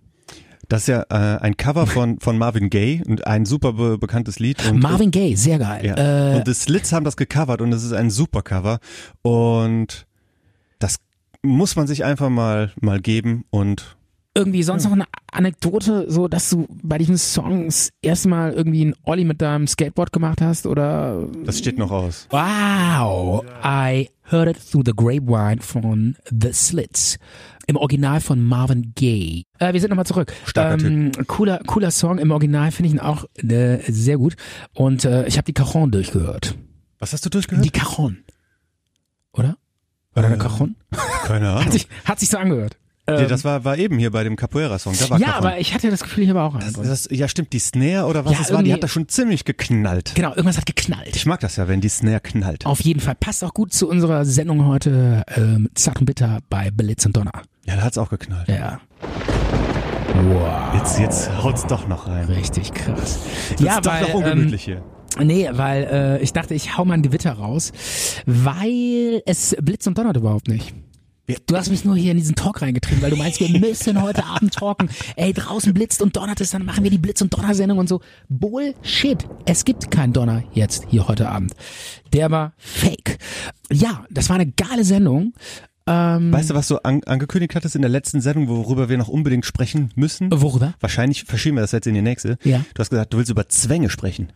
E: Das ist ja äh, ein Cover von, von Marvin Gaye und ein super be bekanntes Lied. Und,
A: Marvin Gaye, sehr geil.
E: ja.
A: Äh,
E: und The Slits haben das gecovert und es ist ein super Cover. Und das muss man sich einfach mal, mal geben und
A: irgendwie sonst noch eine Anekdote, so dass du bei diesen Songs erstmal irgendwie einen Olli mit deinem Skateboard gemacht hast oder
E: das steht noch aus.
A: Wow, I heard it through the grapevine von The Slits. Im Original von Marvin Gaye. Äh, wir sind nochmal zurück. Ähm,
E: Starker
A: Cooler, cooler Song. Im Original finde ich ihn auch äh, sehr gut. Und äh, ich habe die Cajon durchgehört.
E: Was hast du durchgehört?
A: Die Cajon. Oder? War da eine
E: Äh,
A: Cajon?
E: Keine Ahnung.
A: Hat sich, hat sich so angehört.
E: Nee, das war, war eben hier bei dem Capoeira-Song. Da war
A: ähm, ja,
E: Cajon.
A: aber ich hatte das Gefühl, hier war auch ein.
E: Das, das, ja, stimmt, die Snare oder was
A: Ja,
E: es war, die
A: irgendwie-
E: hat da schon ziemlich geknallt.
A: Genau, irgendwas hat geknallt.
E: Ich mag das ja, wenn die Snare knallt.
A: Auf jeden Fall. Passt auch gut zu unserer Sendung heute ähm, Zart und Bitter bei Blitz und Donner.
E: Ja, da hat's auch geknallt.
A: Ja. Wow.
E: Jetzt, jetzt haut's doch noch rein.
A: Richtig krass.
E: Das
A: ja,
E: ist doch
A: weil,
E: noch ungemütlich hier.
A: Ähm, nee, weil äh, ich dachte, ich hau mal ein Gewitter raus, weil es Blitz und donnert überhaupt nicht.
E: Wir-
A: Du hast mich nur hier in diesen Talk reingetrieben, weil du meinst, wir müssen heute Abend talken. Ey, draußen blitzt und donnert es, dann machen wir die Blitz- und Donner-Sendung und so. Bullshit. Es gibt keinen Donner jetzt, hier heute Abend. Der war fake. Ja, das war eine geile Sendung.
E: Weißt du,
A: Mhm.
E: was du an, angekündigt hattest in der letzten Sendung, worüber wir noch unbedingt sprechen müssen?
A: Worüber?
E: Wahrscheinlich verschieben wir das jetzt in die nächste.
A: Oh. Ja.
E: Du hast gesagt, du willst über Zwänge sprechen.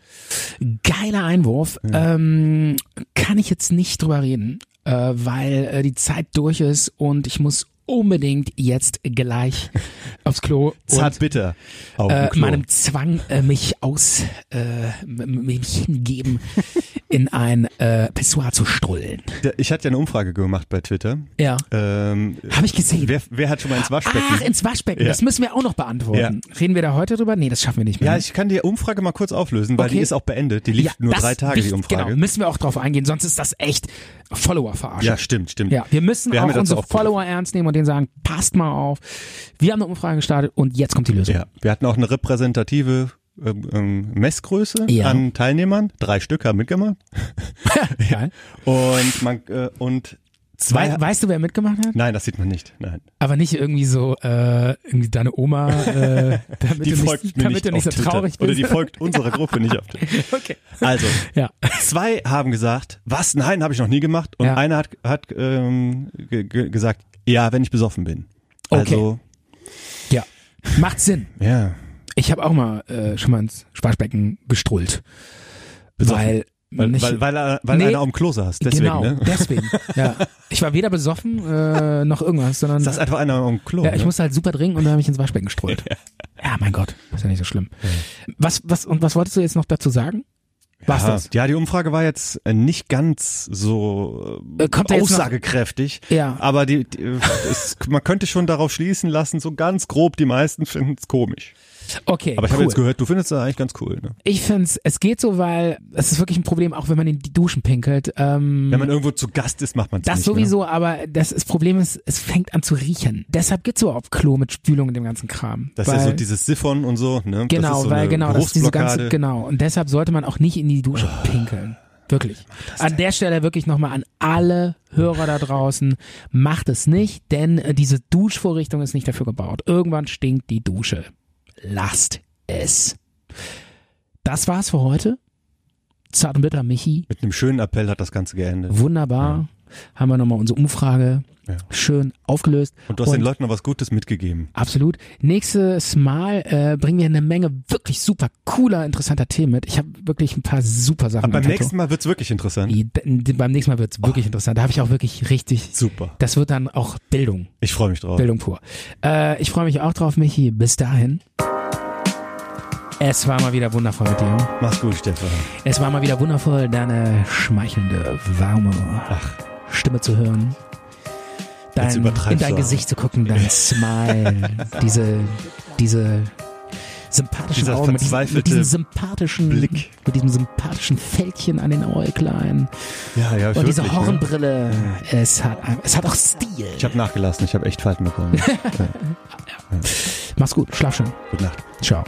A: Geiler Einwurf. Ähm, kann ich jetzt nicht drüber reden, äh, weil äh, die Zeit durch ist und ich muss unbedingt jetzt gleich aufs Klo
E: Zart
A: und
E: bitter. Auf
A: äh,
E: dem Klo.
A: meinem Zwang äh, mich aus, äh, m- m- mich hingeben, in ein äh, Pissoir zu strullen.
E: Da- Ich hatte ja eine Umfrage gemacht bei Twitter.
A: Ja.
E: Ähm,
A: Habe ich gesehen.
E: wer, wer hat schon mal ins Waschbecken?
A: Ach, ins Waschbecken.
E: Ja.
A: Das müssen wir auch noch beantworten. Reden wir da heute drüber? Nee, das schaffen wir nicht mehr.
E: ja,
A: ne?
E: ich kann die Umfrage mal kurz auflösen, weil
A: Okay.
E: die ist auch beendet. Die lief
A: Ja,
E: nur
A: das
E: drei Tage, die
A: wichtig-
E: Umfrage.
A: Genau, müssen wir auch drauf eingehen, sonst ist das echt Follower-Verarsche.
E: Ja, stimmt, stimmt.
A: Ja, wir müssen
E: Wir haben
A: auch
E: ja dazu
A: unsere
E: aufgerufen.
A: Follower ernst nehmen und denen sagen, passt mal auf. Wir haben eine Umfrage gestartet und jetzt kommt die Lösung.
E: Ja, wir hatten auch eine repräsentative ähm, ähm, Messgröße
A: Ja.
E: an Teilnehmern. Drei Stück haben mitgemacht.
A: Geil.
E: Und man äh, und zwei.
A: Wei weißt du, wer mitgemacht hat?
E: Nein, das sieht man nicht. Nein.
A: Aber nicht irgendwie so äh, irgendwie deine Oma, äh, damit,
E: Die
A: du,
E: folgt
A: nicht,
E: mir
A: damit
E: nicht
A: du nicht so
E: auf Twitter.
A: traurig bist.
E: Oder die folgt unserer Gruppe nicht auf Twitter.
A: okay.
E: Also,
A: Ja.
E: zwei haben gesagt, was? Nein, habe ich noch nie gemacht. Und
A: Ja.
E: einer hat, hat ähm, ge ge gesagt, ja, wenn ich besoffen bin. Also,
A: ja. Macht Sinn.
E: ja.
A: Ich habe auch mal äh, schon mal ins Waschbecken gestrullt.
E: Besoffen.
A: Weil,
E: Weil,
A: nicht-
E: weil, weil, er- weil
A: Nee.
E: einer auf dem Klo saß. Deswegen,
A: genau,
E: ne?
A: deswegen. Ja. Ich war weder besoffen äh, noch irgendwas, sondern
E: Saß einfach einer auf dem Klo.
A: Ja, ich
E: ne?
A: musste halt super dringend und dann habe ich ins Waschbecken gestrollt. ja, mein Gott, ist ja nicht so schlimm. Was, was, und was wolltest du jetzt noch dazu sagen? War's
E: Aha.
A: das?
E: Ja, die Umfrage war jetzt äh, nicht ganz so äh,
A: Äh, kommt da jetzt noch-
E: aussagekräftig,
A: Ja.
E: aber die, die, es, man könnte schon darauf schließen lassen, so ganz grob, die meisten finden es komisch.
A: Okay,
E: Aber ich habe
A: cool.
E: jetzt gehört, du findest es eigentlich ganz cool. Ne?
A: Ich finde es, es geht so, weil es ist wirklich ein Problem, auch wenn man in die Duschen pinkelt. Ähm,
E: Wenn man irgendwo zu Gast ist, macht man es
A: das
E: nicht. Ne?
A: sowieso, aber das ist, Problem ist, es fängt an zu riechen. Deshalb gibt's überhaupt Klo mit Spülung und dem ganzen Kram.
E: Das
A: weil,
E: ist ja so dieses Siphon und so. Ne? das
A: Genau,
E: ist so
A: weil
E: eine
A: genau, das ist diese ganze,
E: Geruchsblockade. Ah.
A: genau. Und deshalb sollte man auch nicht in die Dusche pinkeln. Wirklich. An der Stelle wirklich nochmal an alle Hörer da draußen, macht es nicht, denn äh, diese Duschvorrichtung ist nicht dafür gebaut. Irgendwann stinkt die Dusche. Lasst es. Das war's für heute. Zart und bitter, Michi.
E: Mit einem schönen Appell hat das Ganze geendet.
A: Wunderbar. Haben wir nochmal unsere Umfrage
E: Ja.
A: schön aufgelöst.
E: Und du hast den Leuten noch was Gutes mitgegeben.
A: Absolut. Nächstes Mal äh, bringen wir eine Menge wirklich super cooler, interessanter Themen mit. Ich habe wirklich ein paar super Sachen.
E: Aber beim
A: im Petto.
E: nächsten Mal wird's wirklich interessant.
A: I- d- Beim nächsten Mal wird's wirklich interessant. Da habe ich auch wirklich richtig.
E: Super. Oh.
A: Das wird dann auch Bildung.
E: Ich freue mich drauf.
A: Bildung pur. Äh, ich freue mich auch drauf, Michi. Bis dahin. Es war mal wieder wundervoll mit dir.
E: Mach's gut, Stefan.
A: Es war mal wieder wundervoll, deine schmeichelnde, warme Stimme zu hören.
E: Jetzt
A: Dein,
E: übertreibst
A: in
E: du
A: dein
E: aber.
A: Gesicht zu gucken, dein Smile, diese, diese sympathischen
E: Dieser
A: Augen, mit diesem, mit
E: verzweifelte
A: diesem sympathischen
E: Blick.
A: mit diesem sympathischen Fältchen an den Äuglein
E: Ja, ja, ich
A: und diese
E: wirklich, ne?
A: Hornbrille. Es, hat, es hat auch Stil.
E: Ich habe nachgelassen, ich habe echt Falten bekommen.
A: Mach's gut, schlaf schön.
E: Gute Nacht.
A: Ciao.